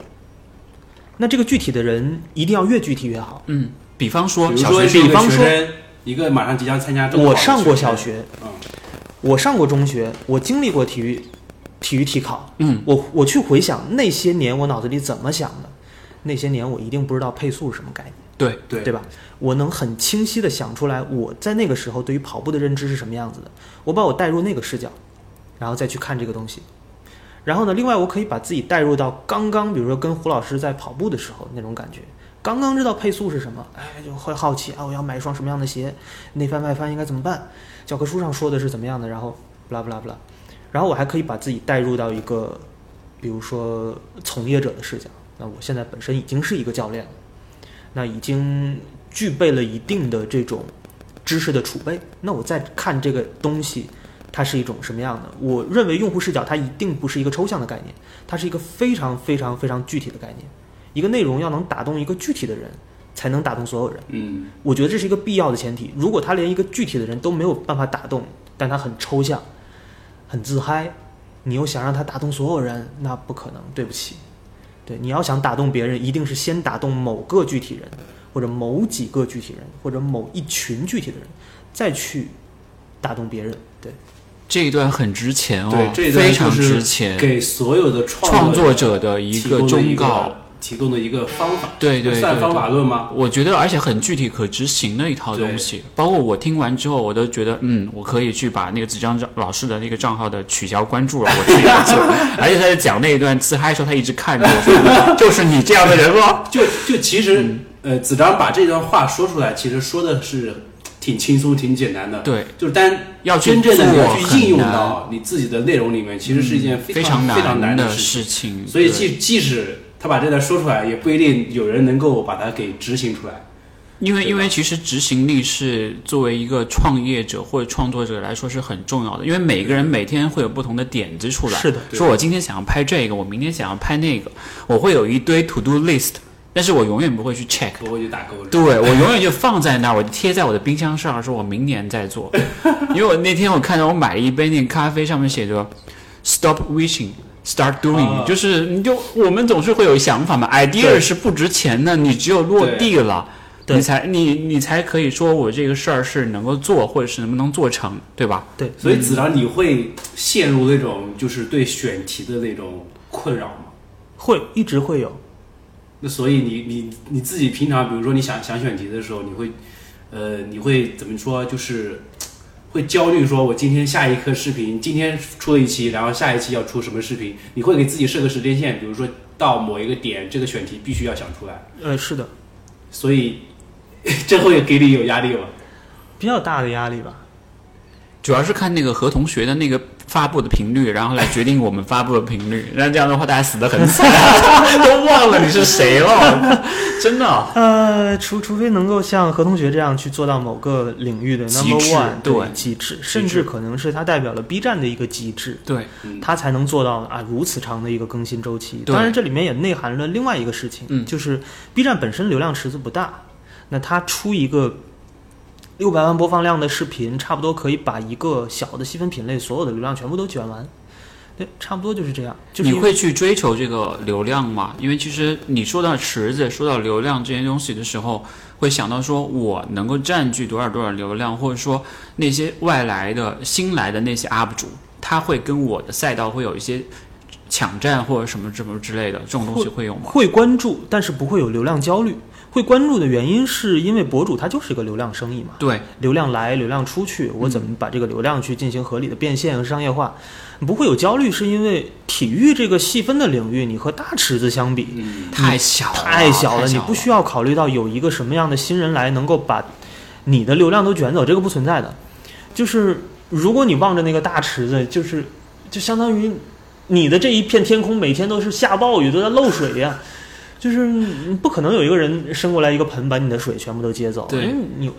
那这个具体的人一定要越具体越好。
嗯，比方说
比
小
如说
学
是一个
弟
比方
学
说
生，一啊个马上即将参加中考
我
的
上过
学生
小，学，
嗯，
我上过中学，我经历过体育体育体考，
嗯，
我我去回想那些年我脑子里怎么想的，那些年我一定不知道配速是什么概念，
对，
对
对吧？我能很清晰的想出来我在那个时候对于跑步的认知是什么样子的，我把我带入那个视角，然后再去看这个东西。然后呢，另外我可以把自己带入到刚刚，比如说跟胡老师在跑步的时候那种感觉，刚刚知道配速是什么，哎，就会好奇啊，我要买一双什么样的鞋，内翻外翻应该怎么办？教科书上说的是怎么样的，然后不啦不啦不啦，然后我还可以把自己带入到一个，比如说从业者的视角。那我现在本身已经是一个教练了，那已经具备了一定的这种知识的储备，那我再看这个东西。它是一种什么样的？我认为用户视角它一定不是一个抽象的概念，它是一个非常非常非常具体的概念。一个内容要能打动一个具体的人，才能打动所有人。
嗯，
我觉得这是一个必要的前提。如果他连一个具体的人都没有办法打动，但他很抽象、很自嗨，你又想让他打动所有人，那不可能，对不起。对，你要想打动别人，一定是先打动某个具体人，或者某几个具体人，或者某一群具体的人，再去打动别人。对，
这一段很值钱哦，
对，这一段
非常
就是
值钱。
给所有的
创
作
作者的一
提
个
供的
忠
一个
告，
提供的一个方法，
对对对
算方法论吗？
我觉得而且很具体可执行的一套东西。包括我听完之后，我都觉得，嗯，我可以去把那个纸张老师的那个账号的取消关注了，我自己 来做。而且他在讲那一段自嗨的时候，他一直看着我说，就是你这样的人 哦吗？
就就其实，
嗯
呃，子章把这段话说出来，其实说的是挺轻松、挺简单的。，
对，
就是但
要去
真正的你要
做
去应用
很难嗯
到你自己的内容里面，其实是一件
非
常非常难
难的
事情。
事情，
所以
对
即即使他把这段说出来，也不一定有人能够把它给执行出来。
因为
对吧
因为其实执行力是作为一个创业者或者创作者来说是很重要的，因为每个人每天会有不同的点子出来。
是的，
对
说我今天想要拍这个，我明天想要拍那个，我会有一堆 to do list，但是我永远不会去 check。
我就打勾了。
对我永远就放在那儿，我就贴在我的冰箱上，说我明年再做。因为我那天我看到我买了一杯那个咖啡，上面写着 “Stop wishing, start doing”，、
啊
就是你就我们总是会有想法嘛，idea
对
是不值钱的，你只有落地了。
对
你才你你才可以说我这个事儿是能够做，或者是能不能做成，对吧？
对，
所以子章，你会陷入那种就是对选题的那种困扰吗？
会一直会有。
那所以你你你自己平常，比如说你想想选题的时候，你会，呃，你会怎么说？就是会焦虑，说我今天下一刻视频，今天出了一期，然后下一期要出什么视频？你会给自己设个时间线，比如说到某一个点，这个选题必须要想出来。
呃，是的，
所 以这会给你有压力吗？
比较大的压力吧。
主要是看那个何同学的那个发布的频率，然后来决定我们发布的频率。那这样的话，大家死得很 惨， 都忘了你是谁了， 真的、啊
呃，除除非能够像何同学这样去做到某个领域的
极
number
致
one，
对
极致，
致
甚至可能是它代表了 B 站的一个极致，
对，
嗯
它才能做到啊如此长的一个更新周期。
对
当然，这里面也内涵了另外一个事情，
嗯
就是 B 站本身流量池子不大，那它出一个六百万播放量的视频，差不多可以把一个小的细分品类所有的流量全部都卷完。对，差不多就是这样。就是
你
因为
会去追求这个流量吗？因为其实你说到池子、说到流量这些东西的时候，会想到说我能够占据多少多少流量，或者说那些外来的、新来的那些 UP 主，他会跟我的赛道会有一些抢占或者什么什么之类的，这种东西会有吗？
会关注，但是不会有流量焦虑。会关注的原因是因为博主他就是一个流量生意嘛，
对，
流量来，流量出去，我怎么把这个流量去进行合理的变现和商业化？不会有焦虑，是因为体育这个细分的领域，你和大池子相比
嗯
太小了，
太小
了，
了，你不需要考虑到有一个什么样的新人来能够把你的流量都卷走，这个不存在的。就是如果你望着那个大池子，就是就相当于你的这一片天空每天都是下暴雨，都在漏水呀、就是你不可能有一个人伸过来一个盆把你的水全部都接走，啊
对
因为你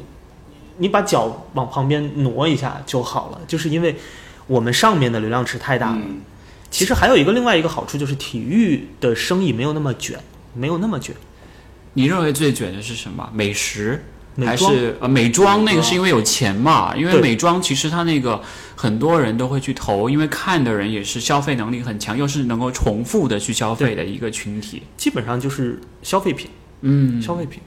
你把脚往旁边挪一下就好了，就是因为我们上面的流量池太大了。
嗯
其实还有一个另外一个好处就是体育的生意没有那么卷，没有那么卷。
你认为最卷的是什么？美食
美
还
妆
是呃美妆？那个是因为有钱嘛？因为
对
美妆其实它那个很多人都会去投，因为看的人也是消费能力很强，又是能够重复的去消费的一个群体。
基本上就是消费品，
嗯，
消费品，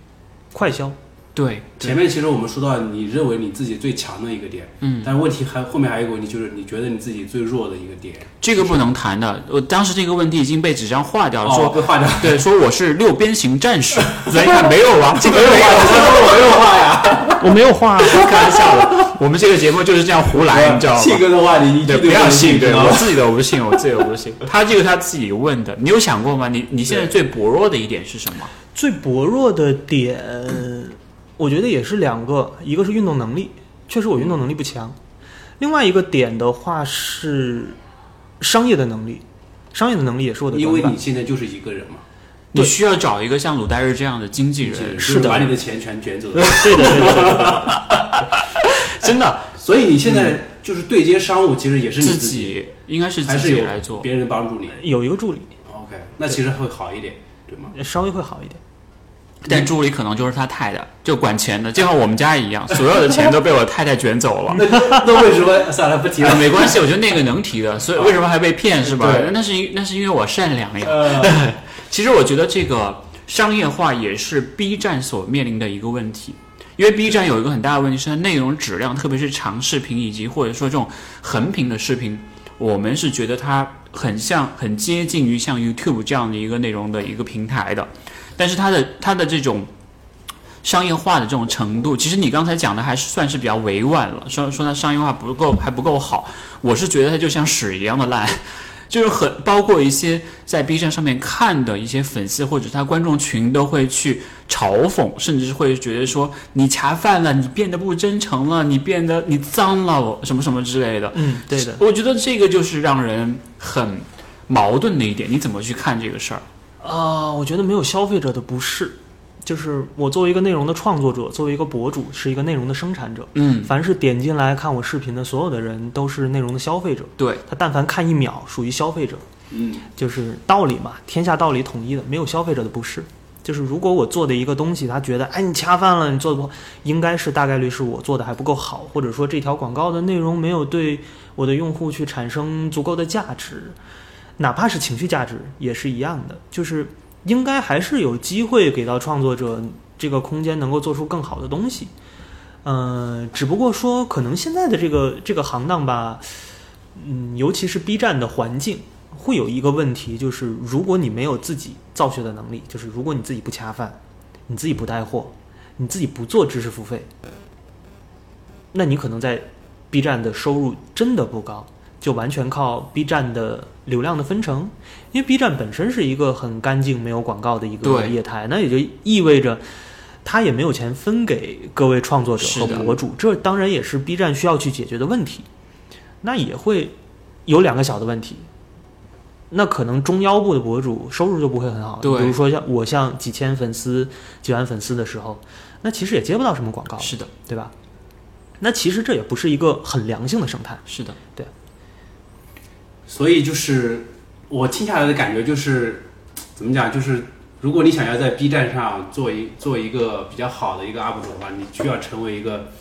快消。
对
前面其实我们说到你认为你自己最强的一个点，嗯，但问题还后面还有一个问题，就是你觉得你自己最弱的一个点，
这个不能谈的。我当时这个问题已经被纸上划掉了，
哦
说
被划掉，
对，说我是六边形战 士，所以看没有啊，这个没有
没有
啊，
我没有话呀，
我没有画、
开玩笑的。我们这个节目就是这样胡来，你知道吗？
信哥的话你一句
对，
都
不要信，对
知道
我
吗？
自己的我不信，我自己的我不 信。他这个他自己问的，你有想过吗？你你现在最薄弱的一点是什么？
最薄弱的点，我觉得也是两个，一个是运动能力，确实我运动能力不强；另外一个点的话是商业的能力，商业的能力也是我的
因
短
为
板
你。现在就是一个人嘛，
你需要找一个像鲁代日这样的经纪
就是
人，
就是把你的钱全卷走了，
对的，对的对的，
真的
所以你现在就是对接商务，其实也是你
自
己，
己应该是
还
自
是
己
有
来做。
别人帮助你
有一个助理
，OK，那其实会好一点，对 吗？
稍微会好一点。
但助理可能就是他太太，就管钱的，就像我们家一样，所有的钱都被我太太卷走了。
那那为什么算了不提
啊
了？
没关系，我觉得那个能提的，所以为什么还被骗是吧
对？
那是因那是因为我善良呀。
呃，
其实我觉得这个商业化也是 B 站所面临的一个问题，因为 B 站有一个很大的问题是它内容质量，特别是长视频以及或者说这种横屏的视频，我们是觉得它很像很接近于像 YouTube 这样的一个内容的一个平台的，但是它的它的这种。商业化的这种程度，其实你刚才讲的还是算是比较委婉了，说说它商业化不够还不够好，我是觉得它就像屎一样的烂， 就是很包括一些在 B 站上面看的一些粉丝或者他观众群都会去嘲讽，甚至是会觉得说你恰饭了，你变得不真诚了，你变得你脏了，我什么什么之类的。
嗯，对的。
我觉得这个就是让人很矛盾的一点，你怎么去看这个事儿？
啊、我觉得没有消费者的不适，就是我作为一个内容的创作者，作为一个博主，是一个内容的生产者。
嗯，
凡是点进来看我视频的所有的人，都是内容的消费者。
对，
他但凡看一秒，属于消费者，
嗯，
就是道理嘛，天下道理统一的，没有消费者的不是。就是如果我做的一个东西，他觉得哎你恰饭了，你做的不好，应该是大概率是我做的还不够好，或者说这条广告的内容没有对我的用户去产生足够的价值，哪怕是情绪价值也是一样的，就是应该还是有机会给到创作者这个空间，能够做出更好的东西。呃，只不过说可能现在的这个这个行当吧，嗯，尤其是 B 站的环境，会有一个问题，就是如果你没有自己造血的能力，就是如果你自己不恰饭，你自己不带货，你自己不做知识付费，那你可能在 B 站的收入真的不高，就完全靠 B 站的流量的分成，因为 B 站本身是一个很干净、没有广告的一个
对
业态，那也就意味着。他也没有钱分给各位创作者
是
和
的
博主，这当然也是 B 站需要去解决的问题。那也会有两个小的问题，那可能中腰部的博主收入就不会很好。
对
比如说像我像几千粉丝、几万粉丝的时候，那其实也接不到什么广告，
是的，
对吧？那其实这也不是一个很良性的生态。
是的，
所以就是我听下来的感觉就是，怎么讲？就是如果你想要在 B 站上做一做一个比较好的一个 UP 主的话，你需要成为一个，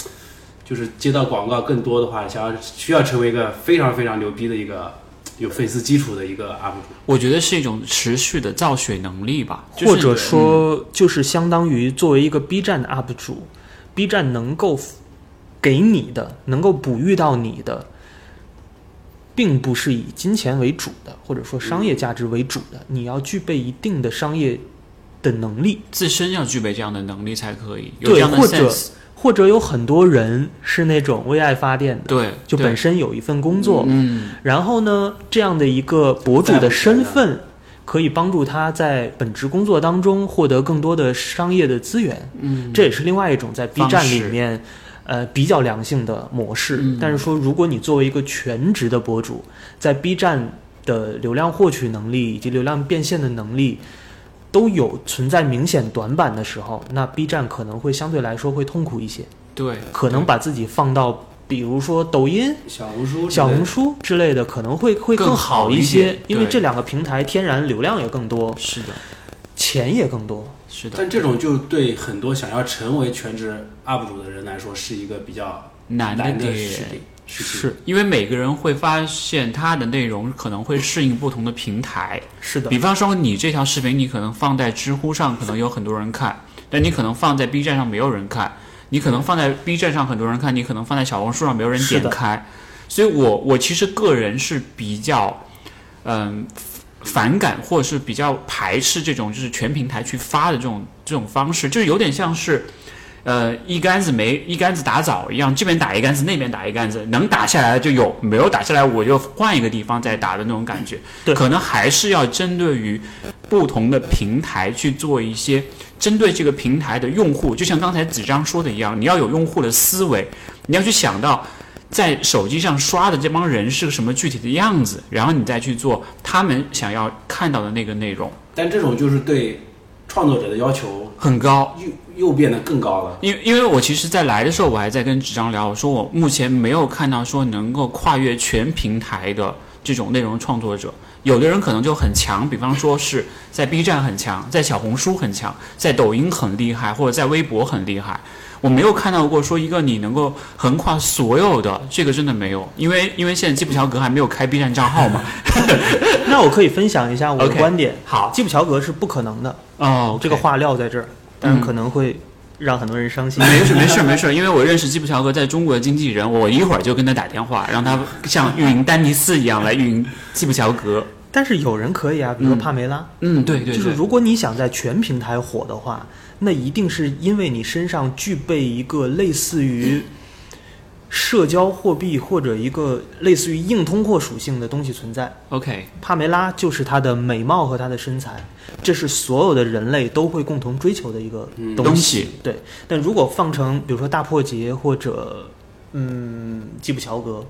就是接到广告更多的话，想要需要成为一个非常非常牛逼的一个有粉丝基础的一个 UP 主。
我觉得是一种持续的造血能力吧，就是
或者说，就是相当于作为一个 B 站的 UP 主，B 站能够给你的、能够哺育到你的，并不是以金钱为主的，或者
嗯
说商业价值为主的，你要具备一定的商业的能力。
自身要具备这样的能力才可以，有这
对，
样的
或者
sense，
或者有很多人是那种为爱发电的，
对，
就
对
本身有一份工作，
嗯，
然后呢，这样的一个博主的身份，可以帮助他在本职工作当中获得更多的商业的资源。嗯，这也是另外一种在 B
方式
站里面，呃，比较良性的模式。
嗯
但是说，如果你作为一个全职的博主，在 B 站的流量获取能力以及流量变现的能力。都有存在明显短板的时候，那 B 站可能会相对来说会痛苦一些，
对，
可能把自己放到比如说抖音
小红书之类的，
小红书之类的可能会会
更
好
好一
些
点，
因为
对
这两个平台天然流量也更多，
是的，
钱也更多。
是的，
但这种就对很多想要成为全职 UP 主的人来说，是一个比较
难
难的事
点
情。。事情，
因为每个人会发现他的内容可能会适应不同的平台，
是的，
比方说你这条视频，你可能放在知乎上，可能有很多人看，但你可能放在 B 站上没有人看，你可能放在 B 站上很多人看，你可能放在小红书上没有人
是的
点开，所以我我其实个人是比较，嗯、反感或者是比较排斥这种就是全平台去发的这种这种方式，就是有点像是。呃，一竿子没一竿子打枣一样，这边打一竿子，那边打一竿子，能打下来就有，没有打下来我就换一个地方再打的那种感觉。
对
可能还是要针对于不同的平台去做一些针对这个平台的用户，就像刚才子章说的一样，你要有用户的思维，你要去想到在手机上刷的这帮人是个什么具体的样子，然后你再去做他们想要看到的那个内容，
但这种就是对创作者的要求
很高。
又又变得更高了。
因为因为我其实，在来的时候，我还在跟纸张聊，我说我目前没有看到说能够跨越全平台的这种内容创作者。有的人可能就很强，比方说是在 B 站很强，在小红书很强，在抖音很厉害，或者在微博很厉害。我没有看到过说一个你能够横跨所有的，这个真的没有，因为因为现在基普乔格还没有开 B 站账号嘛。
那我可以分享一下我的
OK
观点。
好，
基普乔格是不可能的，
哦，
这个话撂在这儿，但是
嗯
可能会让很多人伤心。
没事没事没事，因为我认识基普乔格在中国的经纪人，我一会儿就跟他打电话，让他像运营丹尼斯一样来运营基普乔格。
但是有人可以啊，比如说
嗯
帕梅拉，
嗯，对对
就是
对，
如果你想在全平台火的话，那一定是因为你身上具备一个类似于社交货币或者一个类似于硬通货属性的东西存在。
OK，
帕梅拉就是她的美貌和她的身材，这是所有的人类都会共同追求的一个
嗯
东
东
西。
西
对，但如果放成比如说大破节或者嗯基普乔格，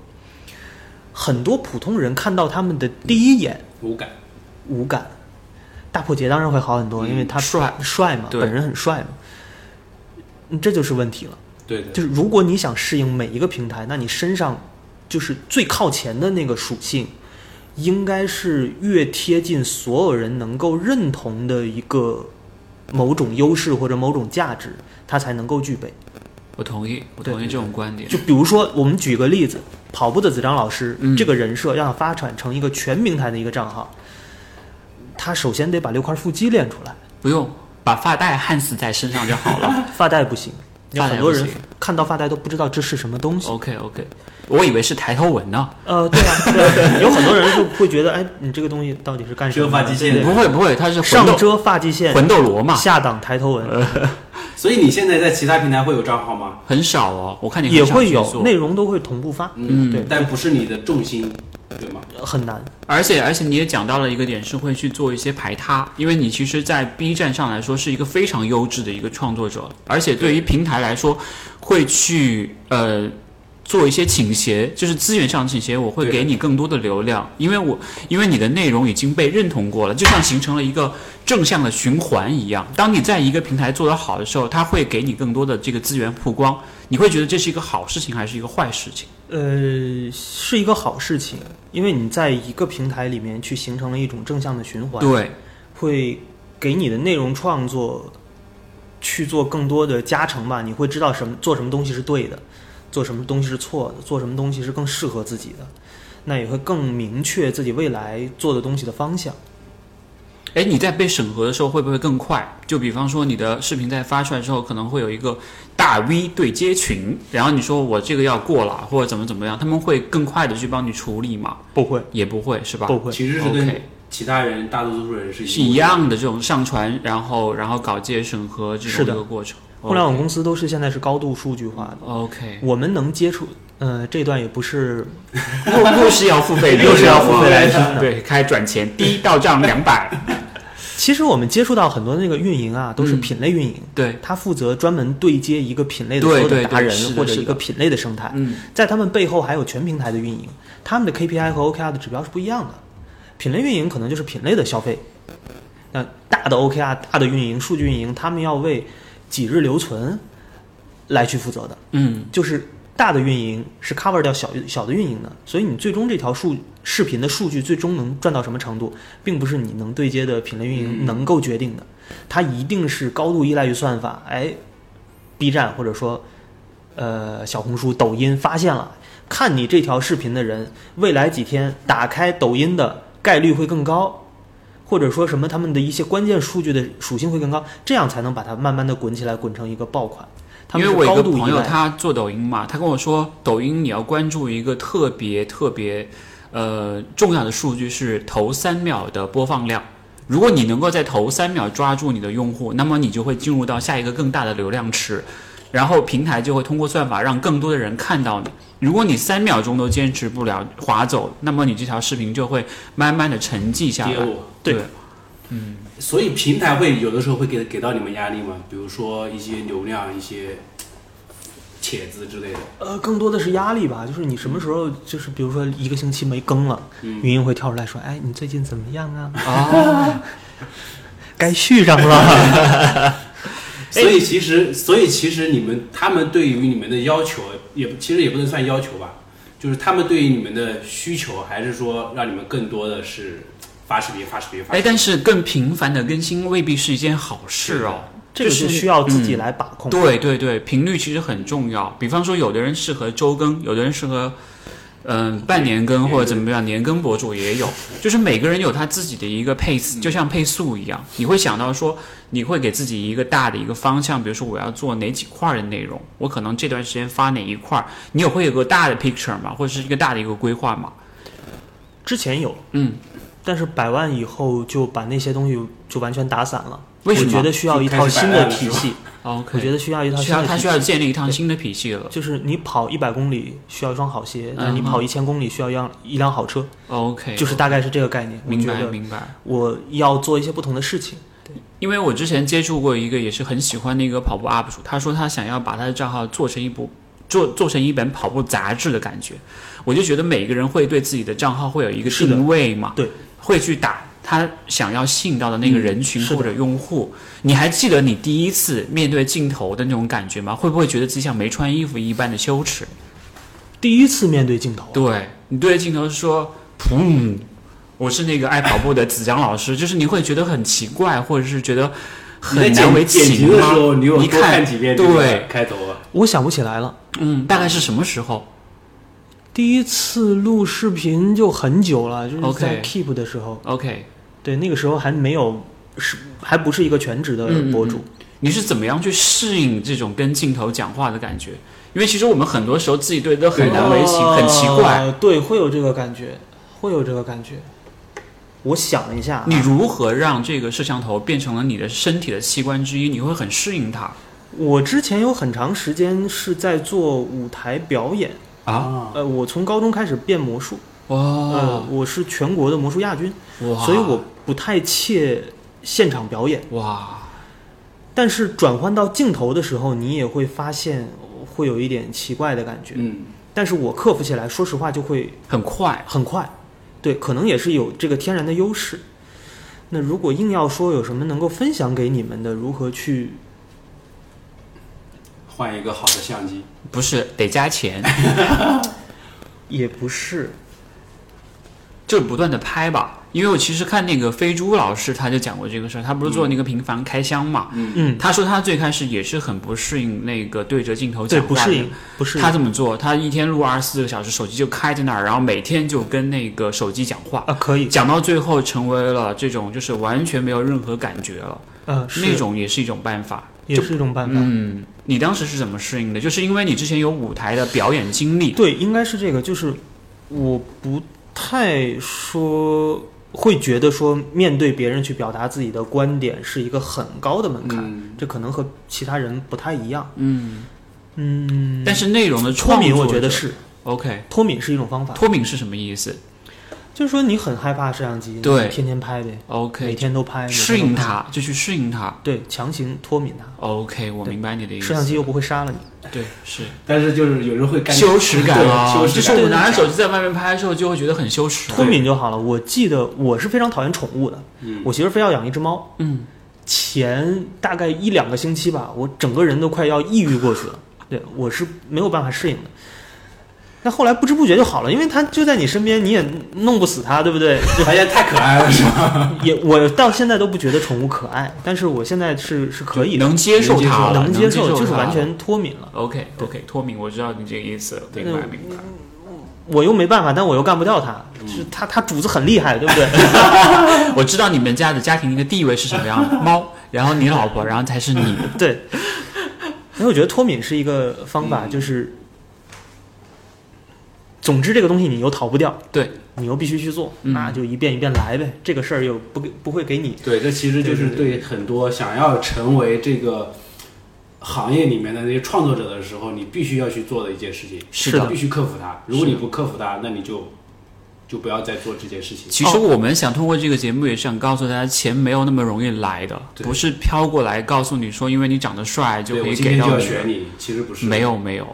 很多普通人看到他们的第一眼
无感，
无感。大破节当然会好很多，因为他
嗯帅
帅嘛，
对
本人很帅嘛，嗯这就是问题了。
对的，
就是如果你想适应每一个平台，那你身上就是最靠前的那个属性，应该是越贴近所有人能够认同的一个某种优势或者某种价值，它才能够具备。
我同意，我同意这种观点。
就比如说，我们举个例子，跑步的子章老师、
嗯
这个人设，要想发展成一个全平台的一个账号，他首先得把六块腹肌练出来，
不用把发带焊死在身上就好 了。
发带不行，有
发带
很多
不
人
行哦
看到发带都不知道这是什么东西。
OK OK，我以为是抬头纹呢，
呃，对啊，对啊， 有很多人就会觉得，哎，你这个东西到底是干什么
遮
的？
发际线
对
不
对
会不会，它是魂
上
斗
遮发际线，
魂斗罗嘛，
下挡抬头
嗯
纹，
所以你现在在其他平台会有账号吗？
很少哦。我看你很
也
少
会
去
有
做
内容都会同步发。
嗯
对
但不是你的重心，对吗？
很难。
而且而且你也讲到了一个点，是会去呃做一些排他，因为你其实，在 B 站上来说是一个非常优质的一个创作者，而且对于平台来说，会去呃做一些倾斜，就是资源上倾斜，我会
对
给你更多的流量，因为我因为你的内容已经被认同过了，就像形成了一个正向的循环一样。当你在一个平台做得好的时候，它会给你更多的这个资源曝光，你会觉得这是一个好事情还是一个坏事情？
呃，是一个好事情，因为你在一个平台里面去形成了一种正向的循环，
对，
会给你的内容创作去做更多的加成吧。你会知道什么做什么东西是对的，做什么东西是错的，做什么东西是更适合自己的，那也会更明确自己未来做的东西的方向。
哎，你在被审核的时候会不会更快？就比方说你的视频在发出来之后，可能会有一个大 V 对接群，然后你说我这个要过了，或者怎么怎么样，他们会更快的去帮你处理吗？
不会，
也不会是吧？
不会。
其实是
o
跟
k
其他人大多数人是
是
模
一
的。
样的这种上传，然后然后稿件审核这
是
种
的
一个过程。哦
互联网公司都是现在是高度数据化的，
OK，
我们能接触，呃，这段也不是
又又是要付费 的，
又是要付费来
听 的。对，开始转钱，第一到账两百。
其实我们接触到很多那个运营啊，都是
嗯
品类运营，
对，
他负责专门对接一个品类的所
对
有
对
的达
对
人
是的
或者
是
一个
的
品类的生态，
嗯，
在他们背后还有全平台的运营，他们的 KPI 和 OKR 的指标是不一样的。品类运营可能就是品类的消费，那大的 OKR、大的运营、数据运营，他们要为几日留存来去负责的。
嗯，
就是大的运营是 cover 掉小小的运营的，所以你最终这条数视频的数据最终能赚到什么程度，并不是你能对接的品类运
嗯
营能够决定的，它一定是高度依赖于算法。哎，B 站或者说呃小红书、抖音发现了，看你这条视频的人，未来几天打开抖音的概率会更高。或者说什么他们的一些关键数据的属性会更高，这样才能把它慢慢的滚起来，滚成一个爆款。他
因
们
为
是
我有一
高
个
度依
朋友
赖。
他做抖音嘛，他跟我说，抖音你要关注一个特别特别呃重要的数据是头三秒的播放量。如果你能够在头三秒抓住你的用户，那么你就会进入到下一个更大的流量池，然后平台就会通过算法让更多的人看到你。如果你三秒钟都坚持不了划走，那么你这条视频就会慢慢的沉寂下来
跌落。
对，
所以平台会有的时候会给给到你们压力吗？比如说一些流量、一些帖子之类的。
呃，更多的是压力吧，就是你什么时候，就是比如说一个星期没更了，
嗯
云音会跳出来说：“哎，你最近怎么样啊？
哦，
该续上 了。
所以其实，所以其实你们他们对于你们的要求，也不其实也不能算要求吧，就是他们对于你们的需求，还是说让你们更多的是发视频、发视频、发视频。
哎，但是更频繁的更新未必是一件好事哦。”
这个
就是嗯
需要自己来把控。
对对对，频率其实很重要。比方说，有的人适合周更，有的人适合嗯、半年更或者怎么样，年更博主也有。就是每个人有他自己的一个配，
嗯
就像配速一样，你会想到说，你会给自己一个大的一个方向，比如说我要做哪几块儿的内容，我可能这段时间发哪一块儿，你也会有个大的 picture 嘛，或者是一个大的一个规划嘛。
之前有，
嗯，
但是百万以后就把那些东西就完全打散了。
为什么
我觉得需要一套新的体系。
OK，
我觉得需要一套
需
新
要
的
他
体
需
系。
要建立一套新的体系了。
就是你跑一百公里需要一双好鞋，
嗯
那你跑一千公里需要一辆一辆好车，
OK，
就是大概是这个概念。我
明
觉
白
得
明白。
我要做一些不同的事情。
因为我之前接触过一个也是很喜欢的一个跑步 UP 主，他说他想要把他的账号做成一部做做成一本跑步杂志的感觉，我就觉得每个人会对自己的账号会有一个
是的
定位嘛，
对，
会去打他想要吸引到的那个人群
嗯是的
或者用户。你还记得你第一次面对镜头的那种感觉吗？会不会觉得自己像没穿衣服一般的羞耻？
第一次面对镜头，
对你对着镜头说“砰”，我是那个爱跑步的子江 老师，就是你会觉得很奇怪，或者是觉得
你在
很难为
剪剪
情
辑的时候，
吗
你有
一
多
看
看几遍这个
对，
开头啊？
我想不起来了。
嗯，大概是什么时候？
第一次录视频就很久了，就是在
OK
Keep 的时候
OK，
对，那个时候还没有是还不是一个全职的
嗯嗯
博主，
你是怎么样去适应这种跟镜头讲话的感觉？因为其实我们很多时候自己对都很难为情，很奇怪。
呃对，会有这个感觉，会有这个感觉。我想了一下啊，
你如何让这个摄像头变成了你的身体的器官之一？你会很适应它
我之前有很长时间是在做舞台表演，
啊？
啊，
呃，我从高中开始变魔术，呃
哦
哇，
我是全国的魔术亚军，
哇，
所以我不太切现场表演。
哇，
但是转换到镜头的时候，你也会发现会有一点奇怪的感觉。
嗯，
但是我克服起来，说实话就会
很快，
很快，对，可能也是有这个天然的优势。那如果硬要说有什么能够分享给你们的，如何去
换一个好的相机，
不是得加钱，
也不是，
就是不断的拍吧。因为我其实看那个飞猪老师，他就讲过这个事儿，他不是做那个频繁开箱嘛，
嗯，
他说他最开始也是很不适应那个对着镜头
对，
讲
不
话的
适应，不适应，
他这么做，他一天录二十四个小时，手机就开在那儿，然后每天就跟那个手机讲话，
啊，可以，
讲到最后成为了这种就是完全没有任何感觉了，
呃，是
那种也是一种办法。
也是一种办法。
嗯，你当时是怎么适应的？就是因为你之前有舞台的表演经历，
对，应该是这个，就是我不太说会觉得说面对别人去表达自己的观点是一个很高的门槛，
嗯
这可能和其他人不太一样。
嗯，
嗯，
但是内容的
脱
创
敏
作，
我觉得是
OK。
脱敏是一种方法，
脱敏是什么意思
就是说你很害怕摄像机，
对
你天天拍呗，每
？OK，
天都拍，每天都
适应
拍，
它，就去适应它。
对，强行脱敏它，
OK，我
对
明白你的意思。
摄像机又不会杀了你。
对是
但是就是有人会干
羞耻感啊，
对羞
就
耻
是
感。
我拿着手机在外面拍的时候，就会觉得很羞耻。
脱敏就好了。我记得我是非常讨厌宠物的，
嗯
我媳妇儿非要养一只猫，
嗯，
前大概一两个星期吧，我整个人都快要抑郁过去了。对我是没有办法适应的。但后来不知不觉就好了，因为它就在你身边，你也弄不死它，对不对？
发现太可爱了，是 吧？
也我到现在都不觉得宠物可爱，但是我现在是是可以的，
能接受它了，
能
接
接受，就是
它了
完。全脱敏了。
OK OK，脱敏，我知道你这个意思了，
对
明白明白。
我又没办法，但我又干不掉它，就是它它主子很厉害，对不对？
我知道你们家的家庭一个地位是什么样的，猫，然后你老婆，然后才是你。
对，所以我觉得脱敏是一个方法，
嗯
就是，总之这个东西你又逃不掉，
对，
你又必须去做，
嗯
那就一遍一遍来呗。这个事儿又不给不会给你，
对，这其实就是
对对
对很多想要成为这个行业里面的那些创作者的时候，你必须要去做的一件事情，
是的
必须克服它。如果你不克服它，那你就就不要再做这件事情。
其实我们想通过这个节目，也是想告诉大家，钱没有那么容易来的，
对
不是飘过来告诉你说，因为你长得帅就
对，
可
我
以
今
给
天就
到
要
你。
选你，其实不是
没有没有，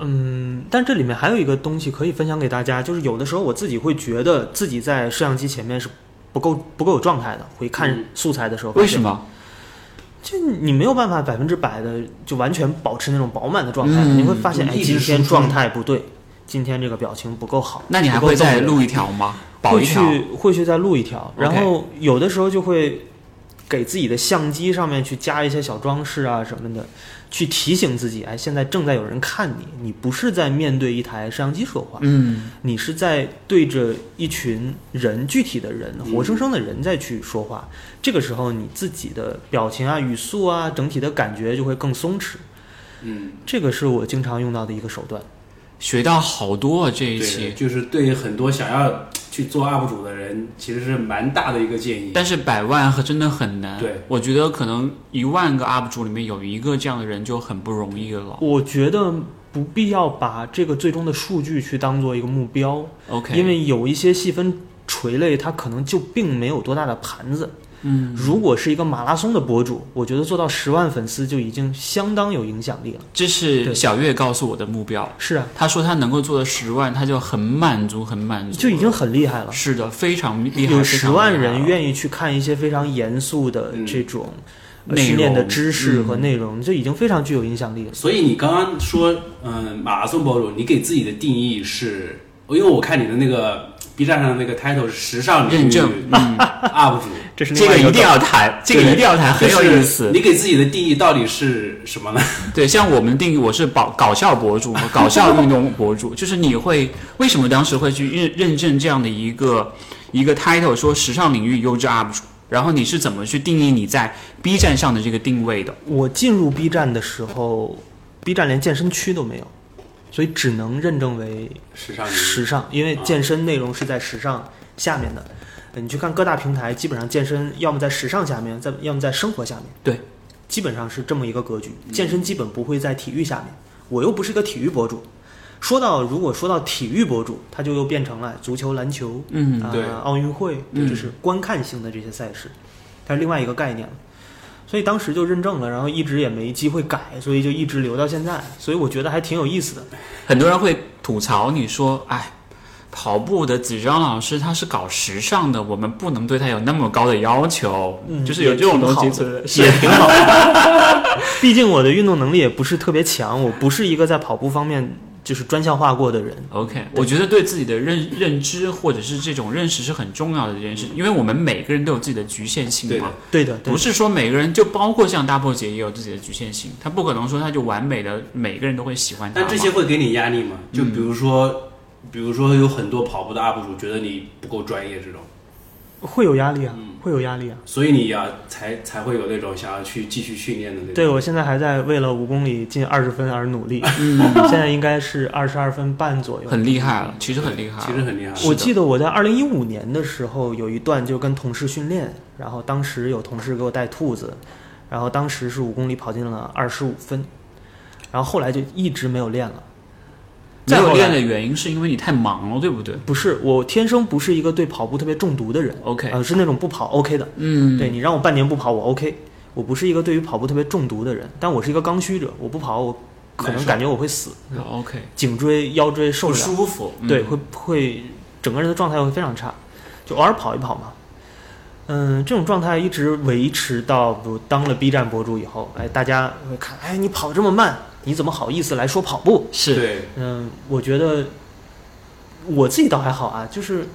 嗯。但这里面还有一个东西可以分享给大家，就是有的时候我自己会觉得自己在摄像机前面是不够不够有状态的，回看
嗯
素材的时候，
为什？么？
就你没有办法百分之百的就完全保持那种饱满的状态，
嗯
你会发现，哎，
一直
今天
输出
状态不对，今天这个表情不够好。
那你还
不够
会再
动人
录一条吗？保
会
一
去
条？
会去再录一条，
OK
然后有的时候就会给自己的相机上面去加一些小装饰啊什么的，去提醒自己，哎，现在正在有人看你，你不是在面对一台摄像机说话，
嗯，
你是在对着一群人，具体的人，活生生的人在去说话。这个时候你自己的表情啊、语速啊，整体的感觉就会更松弛。
嗯，
这个是我经常用到的一个手段。
学到好多啊这一
对，
期，
就是对于很多想要去做 UP 主的人，其实是蛮大的一个建议。
但是百万和真的很难。
对，
我觉得可能一万个 UP 主里面有一个这样的人就很不容易了。
我觉得不必要把这个最终的数据去当做一个目标。
OK，
因为有一些细分垂类，它可能就并没有多大的盘子。
嗯，
如果是一个马拉松的博主，我觉得做到十万粉丝就已经相当有影响力了。
这是
对
小月告诉我的目标。
是啊，
他说他能够做到十万，他就很满足，很满足，
就已经很厉害了。
是的，非常厉害，
有
非
十
常
万
厉害啊
人
了
愿意去看一些非常严肃的
嗯
这种呃
内
训练的
容
知识和
嗯
内容，就已经非常具有影响力了。
所以你刚刚说，嗯，马拉松博主，你给自己的定义是，因为我看你的那个 B 站上的那个 title 是时尚领域嗯
认证
UP 主，
这是
这个一定要谈，这个一定要谈， 很有意
就是
思。
你给自己的定义到底是什么呢？
对，像我们定义我是搞搞笑博主嘛，搞笑运动博主， 就是你会为什么当时会去认认证这样的一个一个 title，说时尚领域优质 UP 主，然后你是怎么去定义你在 B 站上的这个定位的？
我进入 B 站的时候，B 站连健身区都没有，所以只能认证为
时尚领域
时
嗯
尚，因为
啊
健身内容是在时尚下面的。呃你去看各大平台，基本上健身要么在时尚下面，在要么在生活下面。
对，
基本上是这么一个格局。健身基本不会在体育下面。我又不是个体育博主，说到如果说到体育博主，他就又变成了足球、篮球，
嗯
啊、
对
奥运会，
嗯
就是观看性的这些赛事，它是另外一个概念了。所以当时就认证了，然后一直也没机会改，所以就一直留到现在。所以我觉得还挺有意思的。
很多人会吐槽你说，哎，跑步的子章老师他是搞时尚的，我们不能对他有那么高的要求，
嗯
就是有这种东西
也挺好
存
的
在。
也
是，
挺好的。毕竟我的运动能力也不是特别强，我不是一个在跑步方面就是专项化过的人。
OK，我觉得对自己的认认知或者是这种认识是很重要的一件事，因为我们每个人都有自己的局限
对
性
的
嘛。
对的，对
不
的
是说每个人，就包括像大波姐也有自己的局限性，她不可能说她就完美的，每个人都会喜欢她
但
嘛。
这些会给你压力吗？就
嗯
比如说，比如说有很多跑步的 UP 主觉得你不够专业这种，
会有压力啊，会有压力啊。
所以你要才才会有那种想要去继续训练的那种。
对，我现在还在为了五公里进二十分而努 力，现在应该是二十二分半左右。
很厉害了，其实很厉害啊了。
其实很厉害。
我记得我在二零一五年的时候有一段就跟同事训练，然后当时有同事给我带兔子，然后当时是五公里跑进了二十五分，然后后来就一直没有练了。
没
再后
有
来
练的原因是因为你太忙了，对不对
不是，我天生不是一个对跑步特别中毒的人。
？OK，
呃，是那种不跑 OK 的。
嗯，
对你让我半年不跑，我 OK。我不是一个对于跑步特别中毒的人，但我是一个刚需者。我不跑，我可
难
能
受
感觉我会死，
，OK，
颈椎、腰椎受
不
不了，
舒服，
嗯
对，会会整个人的状态会非常差，就偶尔跑一跑嘛。嗯，这种状态一直维持到比如当了 B 站博主以后，哎，大家会看，哎，你跑这么慢，你怎么好意思来说跑步？
是
对，
嗯，我觉得我自己倒还好啊，就是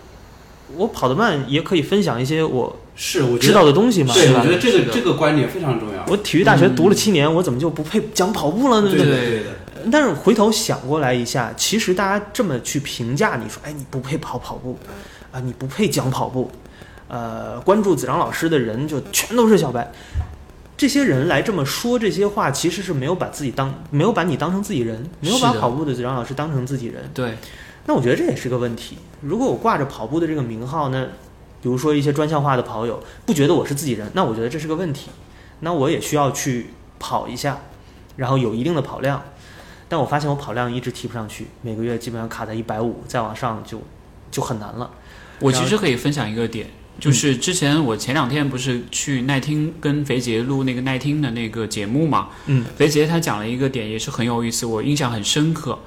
我跑得慢也可以分享一些我
是我觉
知
得，
道的东西嘛，
对，
是吧
我觉得这
是
个
的
这个观点非常重要。
我体育大学
嗯
读了七年，我怎么就不配讲跑步了呢？
对
不
的
对？
对的，
但是回头想过来一下，其实大家这么去评价你说，哎，你不配跑跑步，啊，你不配讲跑步，呃，关注子章老师的人就全都是小白。这些人来这么说这些话，其实是没有把自己当没有把你当成自己人，没有把
是的
跑步的子章老师当成自己人。
对，
那我觉得这也是个问题。如果我挂着跑步的这个名号，那比如说一些专项化的跑友不觉得我是自己人，那我觉得这是个问题。那我也需要去跑一下，然后有一定的跑量，但我发现我跑量一直提不上去，每个月基本上卡在一百五，再往上就就很难了。嗯
我其实可以分享一个点，就是之前我前两天不是去耐听跟肥杰录那个耐听的那个节目嘛，
嗯，
肥杰他讲了一个点也是很有意思，我印象很深刻。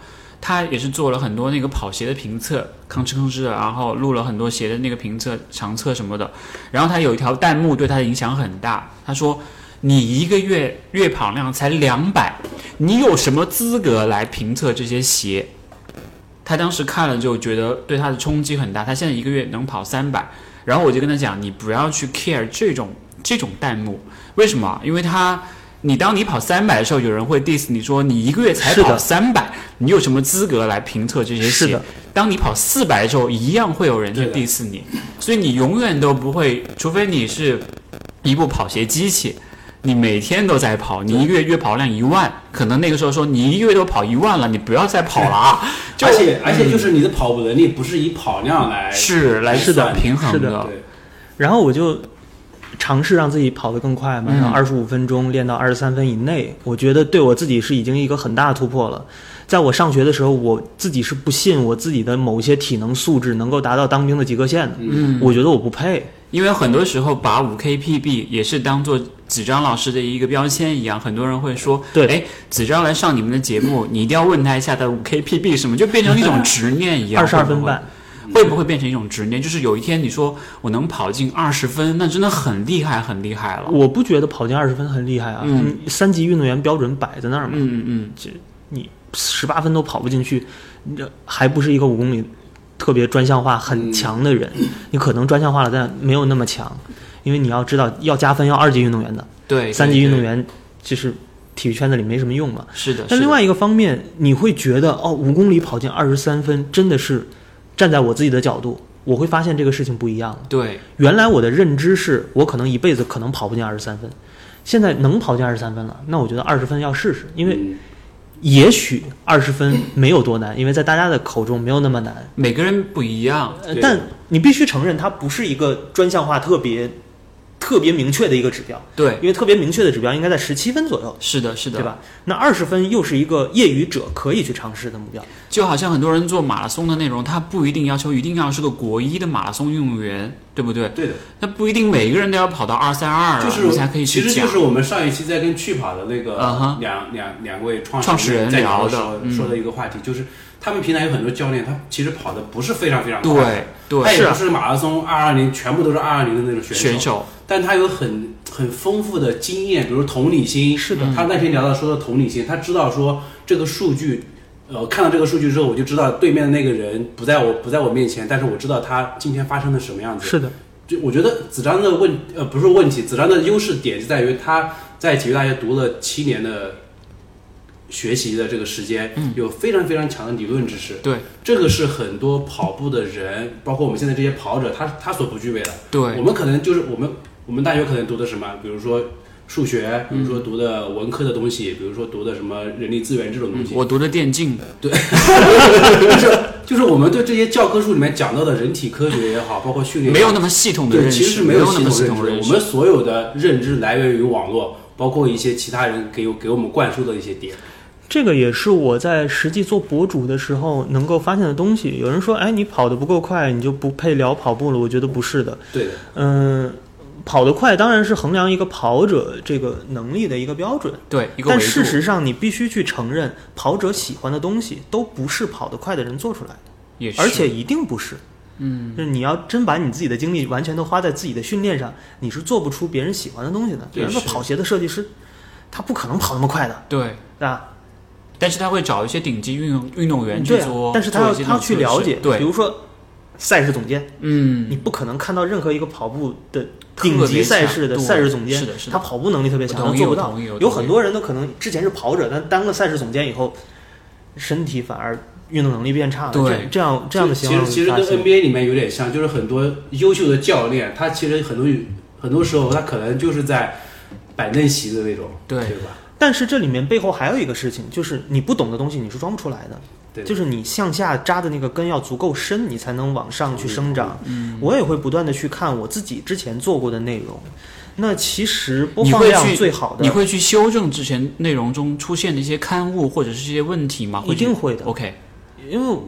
他也是做了很多那个跑鞋的评测，吭哧吭哧的，然后录了很多鞋的那个评测、长测什么的。然后他有一条弹幕对他的影响很大，他说：“你一个月月跑量才两百，你有什么资格来评测这些鞋？”他当时看了就觉得对他的冲击很大，他现在一个月能跑三百，然后我就跟他讲，你不要去 care 这种这种弹幕，为什么？因为他，你当你跑三百的时候，有人会 diss 你说你一个月才
是
跑
的
三百，你有什么资格来评测这些
是
鞋
的？
当你跑四百的时候，一样会有人去
对的
diss 你，所以你永远都不会，除非你是一部跑鞋机器。你每天都在跑，你一个月月跑量一万，可能那个时候说你一个月都跑一万了，你不要再跑了 啊！就
而且而且就是你的跑步能力不是以跑量来，
是来
是的
算平衡
是的
的，
对，
然后我就尝试让自己跑得更快嘛，
嗯
然后二十五分钟练到二十三分以内，我觉得对我自己是已经一个很大的突破了。在我上学的时候，我自己是不信我自己的某些体能素质能够达到当兵的及格线的，
嗯，
我觉得我不配。
因为很多时候把五 KPB 也是当做子章老师的一个标签一样，很多人会说，
对
哎，子章来上你们的节目，你一定要问他一下他的五 KPB 什么，就变成一种执念一样，
二十二
会
分
不会
半，
会不会变成一种执念？就是有一天你说我能跑进二十分，那真的很厉害，很厉害了。
我不觉得跑进二十分很厉害啊。
嗯
三级运动员标准摆在那儿嘛，
嗯嗯
十八分都跑不进去，你这还不是一个五公里特别专项化很强的人。
嗯
你可能专项化了，但没有那么强，因为你要知道要加分要二级运动员的，
嗯，对，
三级
对
运动
对
员就是体育圈子里没什么用嘛。
是的。
但
是
另
的
外一个方面，你会觉得哦，五公里跑进二十三分，真的是站在我自己的角度，我会发现这个事情不一样了。
对
原来我的认知是我可能一辈子可能跑不进二十三分，现在能跑进二十三分了，那我觉得二十分要试试，因为
嗯
也许二十分没有多难，因为在大家的口中没有那么难。
每个人不一样，
呃
对
但你必须承认，它不是一个专项化特别特别明确的一个指标，
对，
因为特别明确的指标应该在十七分左右，
是的，是的，
对？吧？那二十分又是一个业余者可以去尝试的目标。
就好像很多人做马拉松的内容，他不一定要求一定要是个国一的马拉松运动员，对不对？
对的，
那不一定每个人都要跑到二三二啊，
就是
你才可以
其
去
实
讲
就。是我们上一期在跟去跑的那个
嗯哼
两、两两位创
创始人
在聊
聊的
说、
嗯
说的一个话题，就是他们平台有很多教练，他其实跑的不是非常非常快，
对对，
他也
是啊
不是马拉松二二零全部都是二二零的那种选手，
选手
但他有很很丰富的经验，比如同理心。
是
的，他那天聊到说的同理心，他知道说这个数据，呃，看到这个数据之后，我就知道对面的那个人不在我不在我面前，但是我知道他今天发生了什么样子。
是的，
就我觉得子章的问呃不是问题，子章的优势点就在于他在体育大学读了七年的学习的这个时间，
嗯
有非常非常强的理论知识。
对
这个是很多跑步的人，包括我们现在这些跑者，他他所不具备的。我
对
们可能就是我们我们大学可能读的什么，比如说数学，比如说读的文科的东西，比如说读的什么人力资源这种东西，
我读的电竞，
就是我们对这些教科书里面讲到的人体科学也好，包括训练也
没
好
有那么系统的
对，
认
其实
识，
是没
有
系
那么系
统
统的
认
认
我
识。
们所有的认知来源于网络，包括一些其他人给我给我们灌输的一些点。
这个也是我在实际做博主的时候能够发现的东西。有人说，哎，你跑得不够快，你就不配聊跑步了。我觉得不是的，
对的，
嗯、跑得快当然是衡量一个跑者这个能力的一个标准，
对一个维
但
度，
事实上你必须去承认，跑者喜欢的东西都不是跑得快的人做出来的。
也是
而且一定不是。嗯，就是你要真把你自己的精力完全都花在自己的训练上，你是做不出别人喜欢的东西的。比
对
如说
是
跑鞋的设计师，他不可能跑那么快的，
对，
对吧？
但是他会找一些顶级运动运动员去
对啊
做，，
但是他
做
要
一些
他要去
这种
了
测试
解，比
对，
如说赛事总监，
嗯，
你不可能看到任何一个跑步的
特别
顶级赛
强
事的
对
赛事总监，
是的是的
他跑步能力特别强，
我同
他
意
做不
我
到
同意我。同
有
意
很多人都可能之前是跑者，但当了赛事总监以后，身体反而运动能力变差了。
对
这这样这样的
其
情
实
况
其实
发
跟
现
NBA 里面有点像，就是很多优秀的教练，他其实很多很多时候他可能就是在板凳席的那种，
对
对吧？
但是这里面背后还有一个事情，就是你不懂的东西你是装不出来的，
对的，
就是你向下扎的那个根要足够深，你才能往上去生长。嗯，我也会不断的去看我自己之前做过的内容。那其实播
你
放
会
量
去
最好
你
的，
会去修正之前内容中出现的一些刊物或者是一些问题吗？
一
会去
定会的，
OK，
因为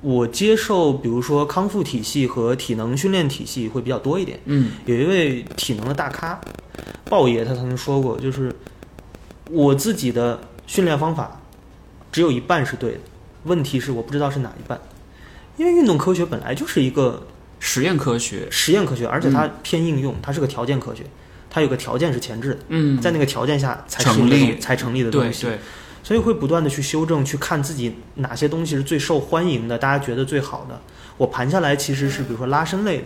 我接受比如说康复体系和体能训练体系会比较多一点。
嗯，
有一位体能的大咖，鲍爷他曾经说过，就是我自己的训练方法只有一半是对的，问题是我不知道是哪一半，因为运动科学本来就是一个呃
实验科学，
实验科学，而且它偏应用，它是个条件科学，它有个条件是前置的，
嗯，
在那个条件下才
成
是一个
立
东才成立的
对
东西，
对，
所以会不断的去修正，去看自己哪些东西是最受欢迎的，大家觉得最好的。我盘下来其实是比如说拉伸类的、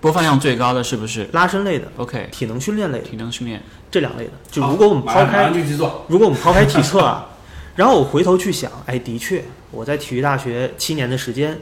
播放量最高的是不是
拉伸类的、
？OK，
体能训练类的
体能训练，
这两类的，就
好
如果我们
马
抛
上马
开
上就去做，
如果我们抛开体测啊， 然后我回头去想，哎，的确，我在体育大学七年的时间，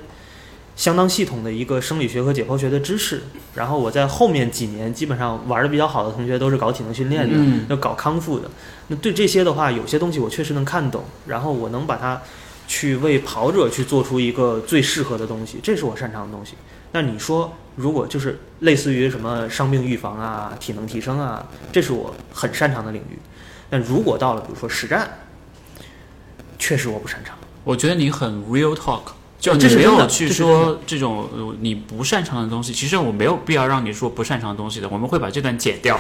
相当系统的一个生理学和解剖学的知识。然后我在后面几年，基本上玩的比较好的同学都是搞体能训练的，
嗯
要搞康复的。那对这些的话，有些东西我确实能看懂，然后我能把它去为跑者去做出一个最适合的东西，这是我擅长的东西。那你说，如果就是类似于什么伤病预防啊、体能提升啊，这是我很擅长的领域。但如果到了比如说实战，确实我不擅长。
我觉得你很 real talk，就你
这是
没
真
有
的
去
这是
说这种呃你不擅长的东西。其实我没有必要让你说不擅长的东西的，我们会把这段剪掉。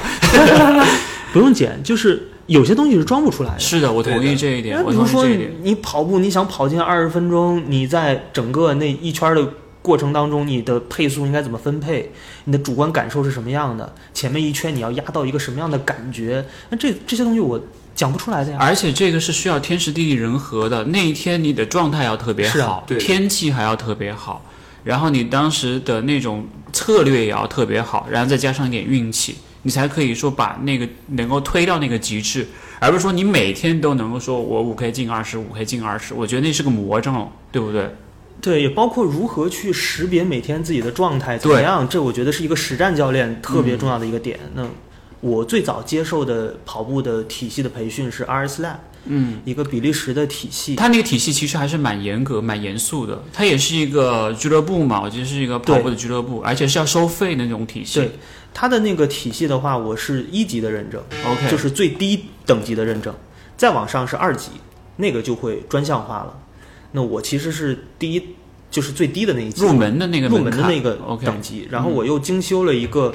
不用剪，就是有些东西是装不出来的。
是的，我同
对
意
的
这一点，
那
我
比如
同意
说
这一
你
点。
你跑步，你想跑进二十分钟，你在整个那一圈的过程当中，你的配速应该怎么分配？你的主观感受是什么样的？前面一圈你要压到一个什么样的感觉？那这这些东西我讲不出来的呀。
而且这个是需要天时地利人和的。那一天你的状态要特别
是啊
好，
对的
天气还要特别好，然后你当时的那种策略也要特别好，然后再加上一点运气，你才可以说把那个能够推到那个极致，而不是说你每天都能够说我五 K 进二十，五 K 进二十。我觉得那是个魔咒，对不对？
对，也包括如何去识别每天自己的状态怎么
对嗯
样，这我觉得是一个实战教练特别重要的一个点。那我最早接受的跑步的体系的培训是 RS Lab，
嗯，
一个比利时的体系。
他那个体系其实还是蛮严格、蛮严肃的。它也是一个俱乐部嘛，我觉得是一个跑步的俱乐部，而且是要收费的那种体系。
对他的那个体系的话，我是一级的认证，
，OK，
就是最低等级的认证，再往上是二级，那个就会专项化了。那我其实是第一，就是最低的那一级
入门的那个
入门的
槛
那个
OK，嗯
等级，然后我又精修了一个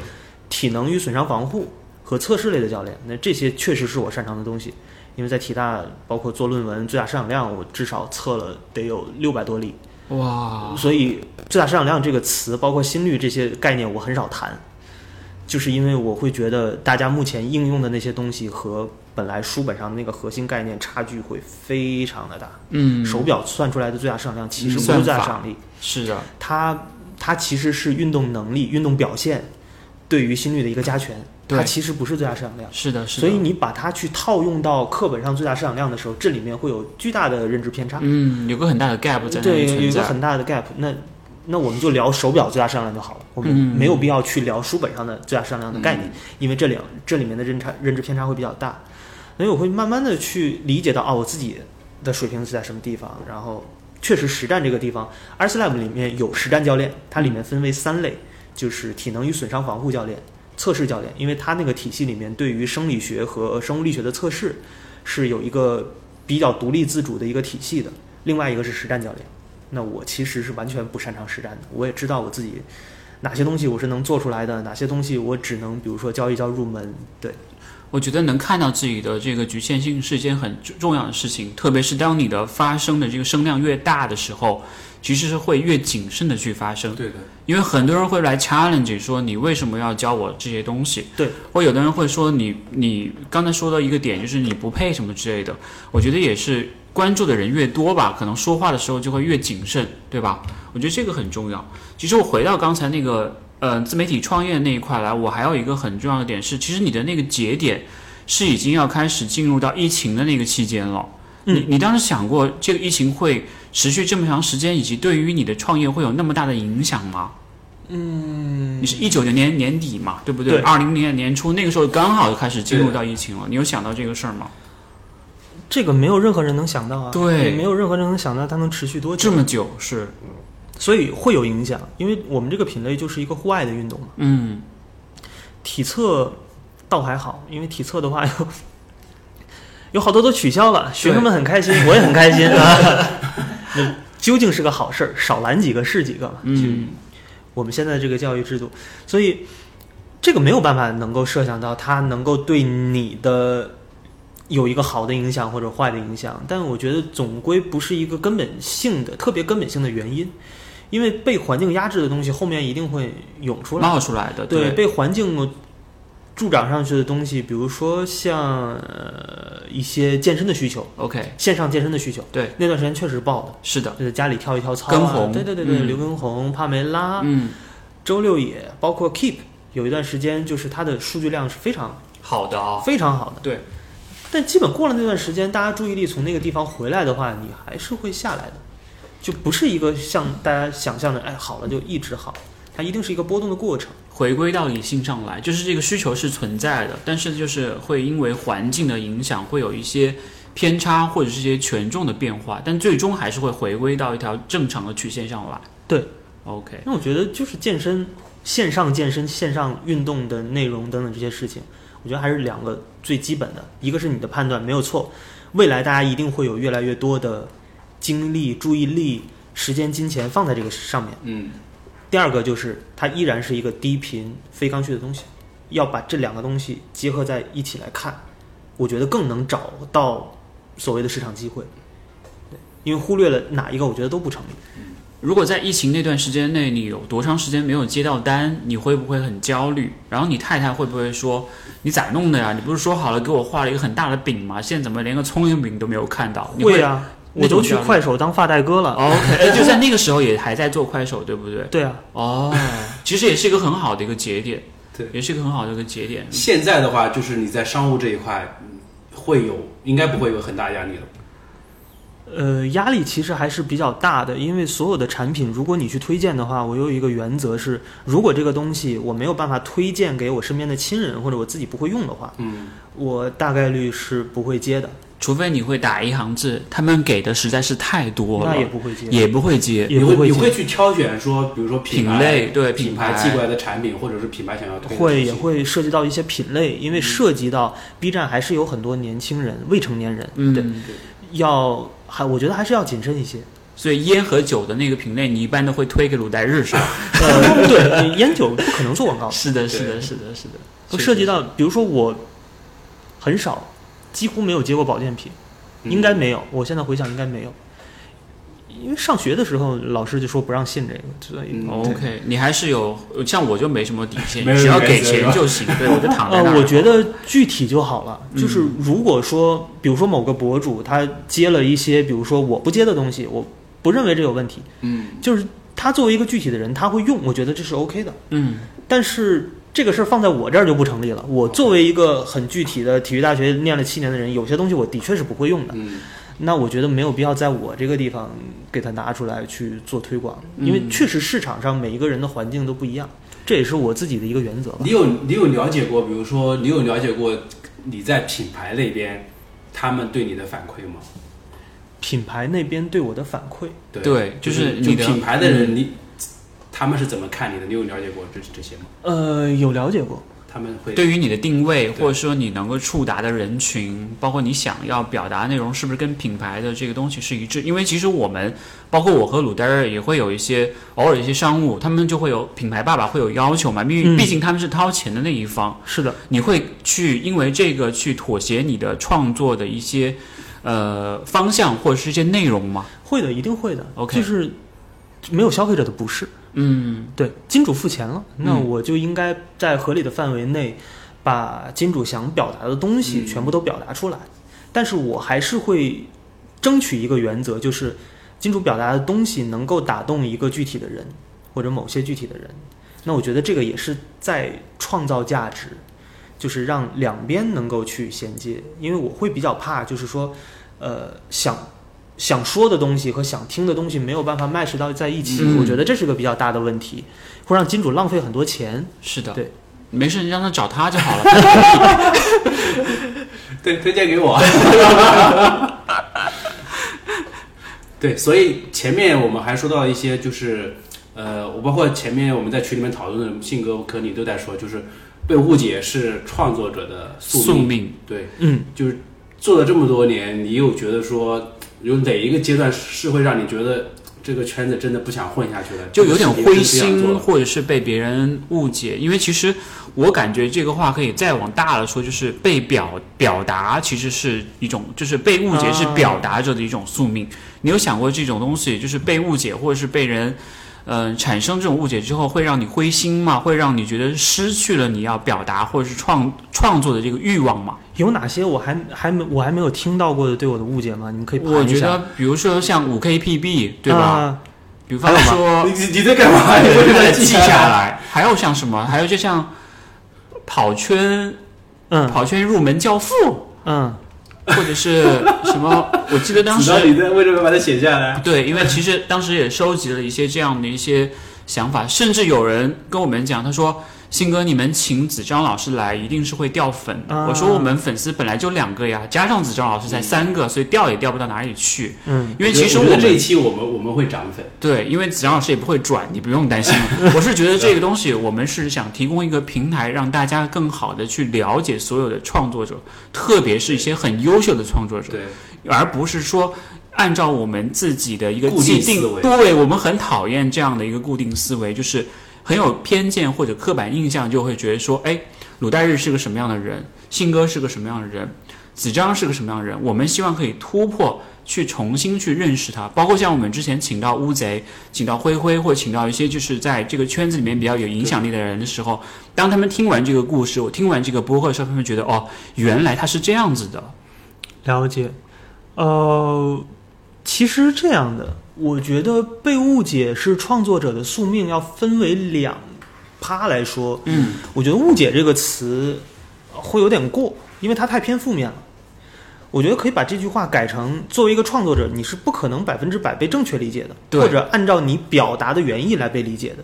体能与损伤防护和测试类的教练。那这些确实是我擅长的东西，因为在体大包括做论文最大摄氧量，我至少测了得有六百多例，
哇，
所以最大摄氧量这个词，包括心率这些概念，我很少谈，就是因为我会觉得大家目前应用的那些东西和本来书本上的那个核心概念差距会非常的大。
嗯，
手表算出来的最大摄氧量其
嗯
实不是最大
算法
摄氧量。
是的，
它它其实是运动能力、运动表现对于心率的一个加权，
对
它其实不是最大摄氧量。
是的，是的。
所以你把它去套用到课本上最大摄氧量的时候，这里面会有巨大的认知偏差，
嗯，有个很大的 gap 在那
对，
里
有一
存
个
在。
很大的 gap。那那我们就聊手表最大摄氧量就好了，我们
嗯
没有必要去聊书本上的最大摄氧量的概念，因为这两这里面的认差认知偏差会比较大，所以我会慢慢的去理解到啊，我自己的水平是在什么地方，然后确实实战这个地方 r c l a b 里面有实战教练，它里面分为三类，就是体能与损伤防护教练、测试教练，因为它那个体系里面对于生理学和生物力学的测试是有一个比较独立自主的一个体系的。另外一个是实战教练，那我其实是完全不擅长实战的，我也知道我自己哪些东西我是能做出来的，哪些东西我只能比如说教一教入门，对，
我觉得能看到自己的这个局限性是一件很重要的事情，特别是当你的发声的这个声量越大的时候，其实是会越谨慎的去发声。
对的，
因为很多人会来 challenge 说你为什么要教我这些东西？
对，
或有的人会说你你刚才说的一个点就是你不配什么之类的，我觉得也是关注的人越多吧，可能说话的时候就会越谨慎，对吧？我觉得这个很重要。其实我回到刚才那个呃自媒体创业那一块来，我还有一个很重要的点是，其实你的那个节点是已经要开始进入到疫情的那个期间了。你你当时想过这个疫情会持续这么长时间，以及对于你的创业会有那么大的影响吗？嗯，你是一九年年年底嘛，对不对？
对
二零年年初那个时候刚好开始进入
对
到疫情了，你有想到这个事儿吗？
这个没有任何人能想到啊，
对
也没有任何人能想到它能持续多久
这，么久是，
所以会有影响，因为我们这个品类就是一个户外的运动嘛，
嗯，
体测倒还好，因为体测的话有有好多都取消了，学生们很开心，我也很开 心啊， 那究竟是个好事儿，少拦几个是几个嘛，
嗯，
我们现在这个教育制度，所以这个没有办法能够设想到它能够对你的有一个好的影响或者坏的影响，但我觉得总归不是一个根本性的、特别根本性的原因，因为被环境压制的东西后面一定会涌出来，
冒出来的，
对，
对，
被环境助长上去的东西，比如说像、呃、一些健身的需求，
OK，
线上健身的需求，
对，
那段时间确实爆的，
是的，
就是家里跳一跳操、啊，
跟红
对对对对，
嗯
刘畊宏、帕梅拉，
嗯，
周六也包括 Keep 有一段时间，就是它的数据量是非常
好的啊、
非常好的。
对，
但基本过了那段时间，大家注意力从那个地方回来的话，你还是会下来的，就不是一个像大家想象的，哎，好了就一直好，它一定是一个波动的过程。
回归到理性上来，就是这个需求是存在的，但是就是会因为环境的影响，会有一些偏差或者是一些权重的变化，但最终还是会回归到一条正常的曲线上来。
对
，OK，
因为我觉得就是健身、线上健身、线上运动的内容等等这些事情，我觉得还是两个最基本的，一个是你的判断没有错，未来大家一定会有越来越多的精力、注意力、时间、金钱放在这个上面。
嗯，
第二个就是它依然是一个低频非刚需的东西，要把这两个东西结合在一起来看，我觉得更能找到所谓的市场机会。对，因为忽略了哪一个，我觉得都不成立。
如果在疫情那段时间内，你有多长时间没有接到单，你会不会很焦虑？然后你太太会不会说你咋弄的呀？你不是说好了给我画了一个很大的饼吗？现在怎么连个葱油饼都没有看到？你
会啊，
那
我都
种
去
焦虑
快手当发带哥了。
，OK，就哎在那个时候也还在做快手，对不对？
对啊，
哦，其实也是一个很好的一个节点，
对
也是一个很好的一个节点。
现在的话，就是你在商务这一块嗯会有，应该不会有很大压力了。
呃，压力其实还是比较大的，因为所有的产品，如果你去推荐的话，我有一个原则是，如果这个东西我没有办法推荐给我身边的亲人或者我自己不会用的话，
嗯，
我大概率是不会接的。
除非你会打一行字，他们给的实在是太多了，
那也不会接，
也不会接。
也
你
不
会
会
你
接
会去挑选说，比如说
品
牌
类对
品
牌
寄过来的产品，或者是品牌想要推的
会
东西
也会涉及到一些品类，
嗯
因为涉及到 B 站还是有很多年轻人、未成年人，
嗯，
对，要还我觉得还是要谨慎一 些。
所以烟和酒的那个品类，你一般都会推给鲁代日上。
呃，对，烟酒不可能做广告，
是的，是的，
对
是的，是的。
会
是
涉及到，比如说我很少，几乎没有接过保健品，
嗯
嗯
应该没有。我现在回想应该没有，因为上学的时候老师就说不让信这个，所以、
嗯
OK，你还是有像我就没什么底线
没，有
只要
原
给
则
钱
是吧
就行。对，我就嗯躺在
呃
那，儿。
我觉得具体就好了。就是如果说，比如说某个博主他接了一些，比如说我不接的东西，我不认为这有问题，
嗯，
就是他作为一个具体的人，他会用，我觉得这是 OK 的。
嗯，
但是这个事儿放在我这儿就不成立了。我作为一个很具体的体育大学念了七年的人，有些东西我的确是不会用的。
嗯
那我觉得没有必要在我这个地方给它拿出来去做推广，因为确实市场上每一个人的环境都不一样，这也是我自己的一个原则吧。
你有你有了解过，比如说你有了解过你在品牌那边他们对你的反馈吗？
品牌那边对我的反馈，
对，
对
就
就是
就
你的
品牌的人，你他们是怎么看你的？你有了解过这这些吗？
呃，有了解过，
他们会
对于你的定位，
对
或者说你能够触达的人群，包括你想要表达内容，是不是跟品牌的这个东西是一致？因为其实我们，包括我和鲁代尔也会有一些偶尔一些商务，他们就会有品牌爸爸会有要求嘛，因为
嗯
毕竟他们是掏钱的那一方，
是的，
你会去因为这个去妥协你的创作的一些呃方向或者是一些内容吗？
会的，一定会的。
OK
就是没有消费者的不是，
嗯
对，金主付钱了，那
嗯
我就应该在合理的范围内，把金主想表达的东西
嗯
全部都表达出来。但是我还是会争取一个原则，就是金主表达的东西能够打动一个具体的人或者某些具体的人。那我觉得这个也是在创造价值，就是让两边能够去衔接。因为我会比较怕，就是说，呃，想想说的东西和想听的东西没有办法 match 到在一起，
嗯
我觉得这是个比较大的问题，会让金主浪费很多钱。
是的，
对，
没事，你让他找他就好了。
对 推荐给我。对，所以前面我们还说到一些，就是呃，我包括前面我们在群里面讨论的信哥和你都在说，就是被误解是创作者的宿
宿
命。
命，
对，
嗯，
就是做了这么多年，你有觉得说有哪一个阶段是会让你觉得这个圈子真的不想混下去了，
就有点
这个事
灰
情真的不想做
心，
了
或者是被别人误解。因为其实我感觉这个话可以再往大了说，就是被表表达其实是一种，就是被误解是
啊
表达者的一种宿命。你有想过这种东西，就是被误解或者是被人。嗯、产生这种误解之后，会让你灰心吗？会让你觉得失去了你要表达或者是创创作的这个欲望吗？
有哪些我还还没我还没有听到过的对我的误解吗？你们可以盘一下
我觉得，比如说像五 KPB，对吧？
啊
比方说，
你你你在 干嘛？你
对
为什么要
记下来。 还有像什么？还有就像跑圈，
嗯
跑圈入门教父，
嗯，
或者是什么？ 我记得当
子刀
时
你在为什么把它写下来？
对，因为其实当时也收集了一些这样的一些想法，甚至有人跟我们讲，他说。信哥，你们请子张老师来，一定是会掉粉的。
啊
我说我们粉丝本来就两个呀，加上子张老师才三个，所以掉也掉不到哪里去。
嗯，
因为其实
我
我
觉得
们
这一期我们我们会涨粉，
对，因为子阳老师也不会转，你不用担心。我是觉得这个东西，我们是想提供一个平台，让大家更好的去了解所有的创作者，特别是一些很优秀的创作者，
对，
而不是说按照我们自己的一个
固定
既定
思维
对我们很讨厌这样的一个固定思维，就是很有偏见或者刻板印象，就会觉得说，哎，鲁代日是个什么样的人，信哥是个什么样的人，子张是个什么样的人，我们希望可以突破，去重新去认识他。包括像我们之前请到乌贼、请到灰灰，或请到一些就是在这个圈子里面比较有影响力的人的时候，当他们听完这个故事，我听完这个播客的时候，他们觉得哦，原来他是这样子的。
了解。呃，其实这样的，我觉得被误解是创作者的宿命，要分为两趴来说。
嗯，
我觉得“误解”这个词呃会有点过，因为它太偏负面了。我觉得可以把这句话改成：作为一个创作者，你是不可能百分之百被正确理解的，
对
或者按照你表达的原意来被理解的。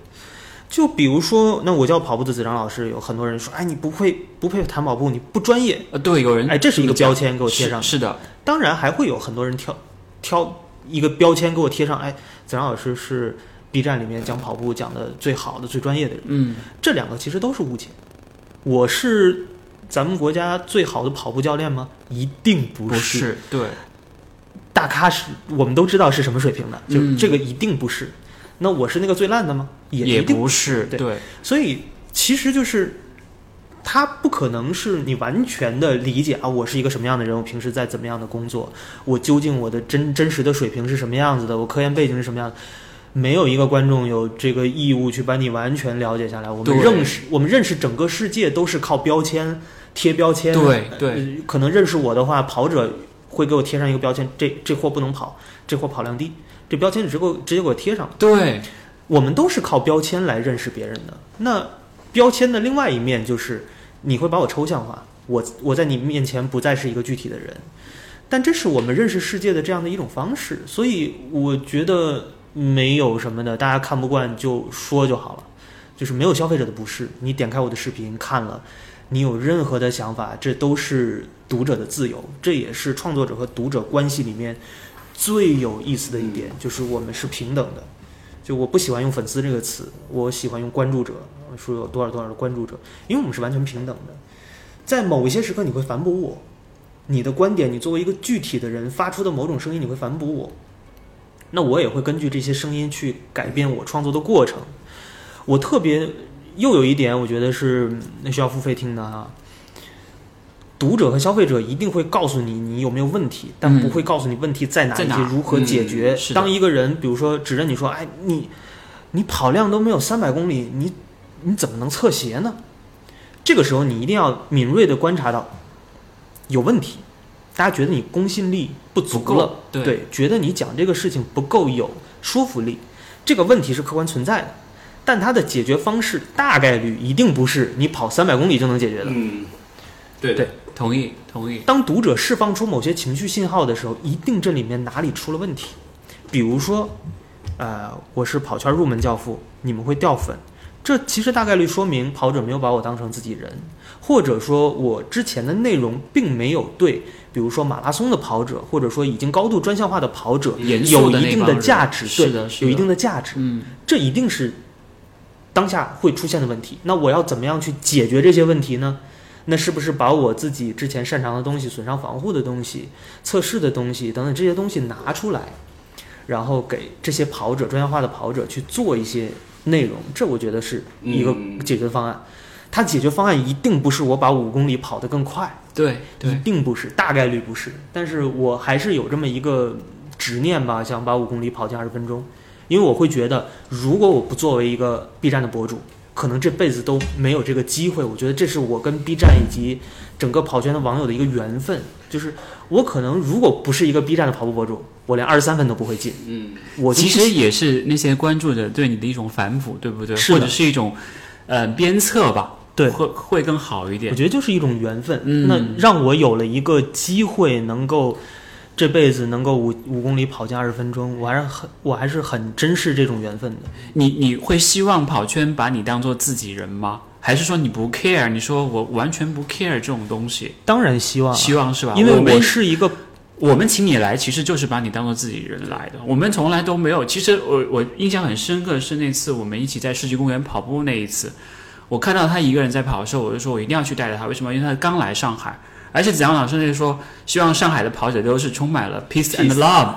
就比如说，那我教跑步的子章老师，有很多人说，哎，你不会不配谈跑步，你不专业，
呃，对，有人
哎，这是一个
这么
标签给我贴上
讲，。是是的，
当然还会有很多人挑挑一个标签给我贴上，哎，子章老师是 B 站里面讲跑步讲的最好的、最专业的人。
嗯，
这两个其实都是误解。我是咱们国家最好的跑步教练吗？一定不
不是，对，
大咖是我们都知道是什么水平的，就
嗯
这个一定不是。那我是那个最烂的吗？也
也
一定
不是，
对
对，
所以其实就是，他不可能是你完全的理解啊，我是一个什么样的人，我平时在怎么样的工作，我究竟我的真真实的水平是什么样子的，我科研背景是什么样的。没有一个观众有这个义务去把你完全了解下来。我们
对
认识，我们认识整个世界都是靠标签贴标签。
对
呃
对
可能认识我的话，跑者会给我贴上一个标签：这这货不能跑，这货跑量低。这标签只给我直接给我贴上。
对，
我们都是靠标签来认识别人的。那标签的另外一面就是，你会把我抽象化，我我在你面前不再是一个具体的人。但这是我们认识世界的这样的一种方式，所以我觉得没有什么的，大家看不惯就说就好了，就是没有消费者的不适。你点开我的视频看了，你有任何的想法，这都是读者的自由，这也是创作者和读者关系里面最有意思的一点，就是我们是平等的。就我不喜欢用粉丝这个词，我喜欢用关注者，说有多少多少的关注者，因为我们是完全平等的。在某一些时刻，你会反驳我，你的观点，你作为一个具体的人发出的某种声音，你会反驳我，那我也会根据这些声音去改变我创作的过程。我特别又有一点，我觉得是嗯那需要付费听的啊。读者和消费者一定会告诉你你有没有问题，
嗯
但不会告诉你问题在哪
在
以及
哪
如何解决
嗯。是的
当一个人，比如说指着你说：“哎，你你跑量都没有三百公里，你你怎么能测鞋呢？”这个时候，你一定要敏锐地观察到有问题，大家觉得你公信力不足
不够
了，
对
觉得你讲这个事情不够有说服力，这个问题是客观存在的，但它的解决方式大概率一定不是你跑三百公里就能解决的。
嗯，对
对
同意同意，
当读者释放出某些情绪信号的时候，一定这里面哪里出了问题。比如说，呃，我是跑圈入门教父，你们会掉粉，这其实大概率说明跑者没有把我当成自己人，或者说我之前的内容并没有对，比如说马拉松的跑者，或者说已经高度专项化的跑者
严
有
肃的
一
那
定
帮
的
人
价值，
是
对
的，是
有一
的
定的价值，
嗯，
这一定是当下会出现的问题。那我要怎么样去解决这些问题呢？那是不是把我自己之前擅长的东西、损伤防护的东西、测试的东西等等这些东西拿出来，然后给这些跑者、专业化的跑者去做一些内容？这我觉得是一个
嗯
解决方案。它解决方案一定不是我把五公里跑得更快，
对
一
对，
定不是，大概率不是。但是我还是有这么一个执念吧，想把五公里跑进二十分钟，因为我会觉得，如果我不作为一个 B 站的博主，可能这辈子都没有这个机会。我觉得这是我跟 B 站以及整个跑圈的网友的一个缘分，就是我可能如果不是一个 B 站的跑步博主，我连二十三分都不会进。
嗯，
我就
其
不
实也是那些关注者对你的一种反哺，对不对？
是
或
的
者是一种呃鞭策吧，
对
会会更好一
我
点。
觉得就是一种缘分。
嗯
那让我有了一个机会，能够这辈子能够五五公里跑进二十分钟，我还是很我还是很珍视这种缘分的。
你你会希望跑圈把你当做自己人吗？还是说你不 care？你说我完全不 care 这种东西，
当然希望啊、
希望是吧？
因为
我们
我是一个
我们请你来，其实就是把你当做自己人来的。我们从来都没有。其实我我印象很深刻是那次我们一起在世纪公园跑步那一次，我看到他一个人在跑的时候，我就说我一定要去带着他。为什么？因为他刚来上海，而且子阳老师那说，希望上海的跑者都是充满了 peace and love，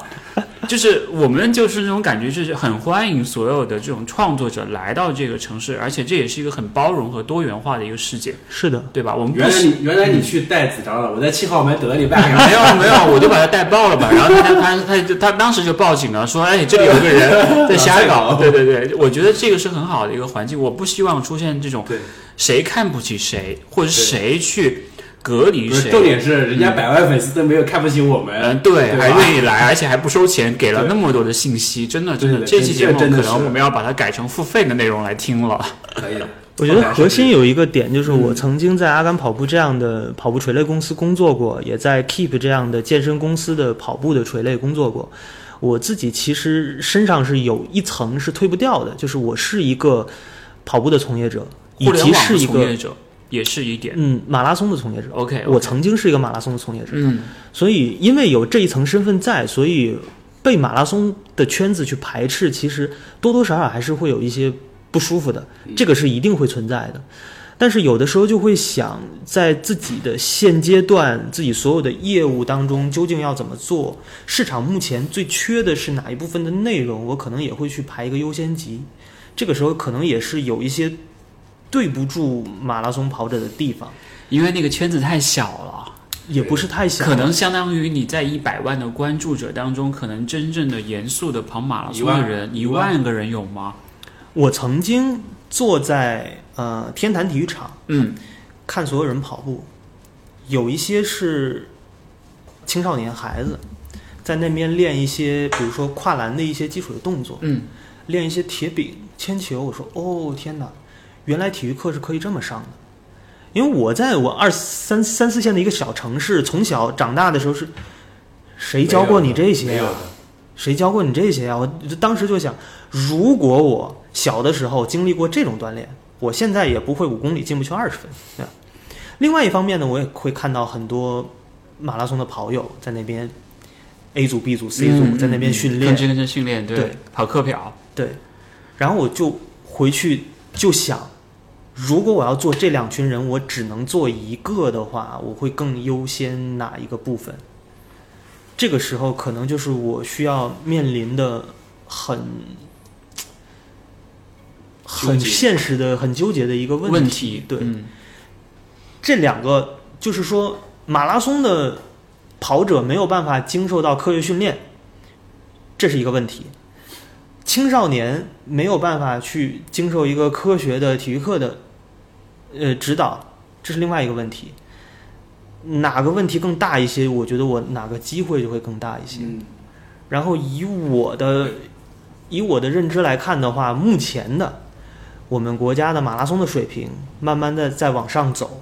就是我们就是那种感觉，就是很欢迎所有的这种创作者来到这个城市，而且这也是一个很包容和多元化的一个世界，
是的，
对吧？我们不
原来
是
你原来你去带子章了，我在七号门等了你半个小
没
时。
有没有，我就把他带爆了吧。然后他他他就他当时就报警了，说哎这里有个人在瞎搞。对对对，我觉得这个是很好的一个环境，我不希望出现这种
对，
谁看不起谁，或者是
对
谁去隔离
不是重
谁。
点是人家百万粉丝都没有看不起我们，
嗯，对，还
吧
愿意来，而且还不收钱，给了
对
那么多的信息，真的，
对
真
对
的，这期
这
节目可
真的是
能我们要把它改成付费的内容来听了。
可以的。
我觉得核心有一个点，就是
嗯
我曾经在阿甘跑步这样的跑步垂类公司工作过，也在 Keep 这样的健身公司的跑步的垂类工作过。我自己其实身上是有一层是推不掉的，就是我是一个跑步的从业者，以
互联
及
网
是
的
一
从
个
业者也是一点。哎
嗯马拉松的从业者。
OK，
我曾经是一个马拉松的从业者，
嗯
所以因为有这一层身份在，所以被马拉松的圈子去排斥，其实多多少少还是会有一些不舒服的，
嗯
这个是一定会存在的。但是有的时候就会想，在自己的现阶段，自己所有的业务当中，究竟要怎么做？市场目前最缺的是哪一部分的内容？我可能也会去排一个优先级。这个时候可能也是有一些对不住马拉松跑者的地方，
因为那个圈子太小了。
也不是太想
可能相当于你在一百万的关注者当中，可能真正的严肃的跑马拉松的人，
一
一
万
万个人有吗？
我曾经坐在呃天坛体育场
嗯，
看所有人跑步，有一些是青少年孩子在那边练一些，比如说跨栏的一些基础的动作，
嗯，
练一些铁饼、铅球。我说哦天哪，原来体育课是可以这么上的。因为我在我二三三四线的一个小城市，从小长大的时候是，谁教过你这些
没
呀、
有的，
谁教过你这些啊？我就当时就想，如果我小的时候经历过这种锻炼，我现在也不会五公里进不去二十分。对吧另外一方面呢，我也会看到很多马拉松的跑友在那边 A 组、B 组、C 组、
嗯
在那边训练，
跟着跟着训练，对，
对
跑课表，
对，然后我就回去就想，如果我要做这两群人，我只能做一个的话，我会更优先哪一个部分？这个时候可能就是我需要面临的很很
纠结
现实的、很纠结的一个问题。
问题
对
嗯
这两个就是说，马拉松的跑者没有办法经受到科学训练，这是一个问题。青少年没有办法去经受一个科学的体育课的呃指导，这是另外一个问题。哪个问题更大一些？我觉得我哪个机会就会更大一些。
嗯，
然后以我的以我的认知来看的话，目前的我们国家的马拉松的水平慢慢的在往上走，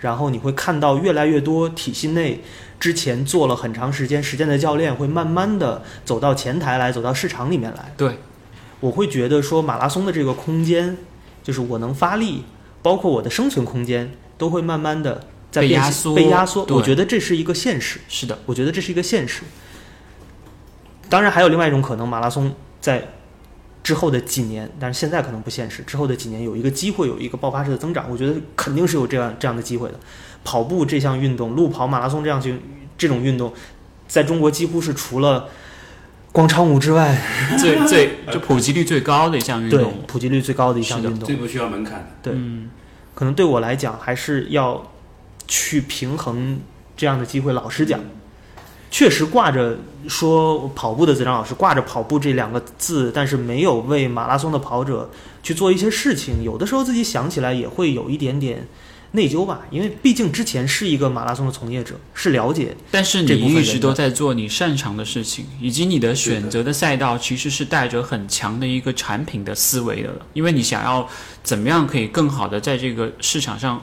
然后你会看到越来越多体系内之前做了很长时间实践的教练会慢慢的走到前台来，走到市场里面来。
对，
我会觉得说马拉松的这个空间，就是我能发力，包括我的生存空间，都会慢慢的在
被
变
压
小
缩
被压缩。
对
我觉得这是一个现实。
是的，
我觉得这是一个现实。当然，还有另外一种可能，马拉松在之后的几年，但是现在可能不现实。之后的几年有一个机会，有一个爆发式的增长，我觉得肯定是有这样这样的机会的。跑步这项运动，路跑、马拉松这样去这种运动，在中国几乎是除了广场舞之外，
最最就普及率最高的一项运
对
动，
普及率最高的一项
是的
运动
最。不需要门槛的，
对
嗯
可能对我来讲，还是要去平衡这样的机会。老实讲，确实挂着说跑步的子张老师挂着跑步这两个字，但是没有为马拉松的跑者去做一些事情。有的时候自己想起来也会有一点点内疚吧，因为毕竟之前是一个马拉松的从业者，是了解。
但是你
这部分
一
人
直都在做你擅长的事情，以及你的选择的赛道其实是带着很强的一个产品的思维的，因为你想要怎么样可以更好的在这个市场上，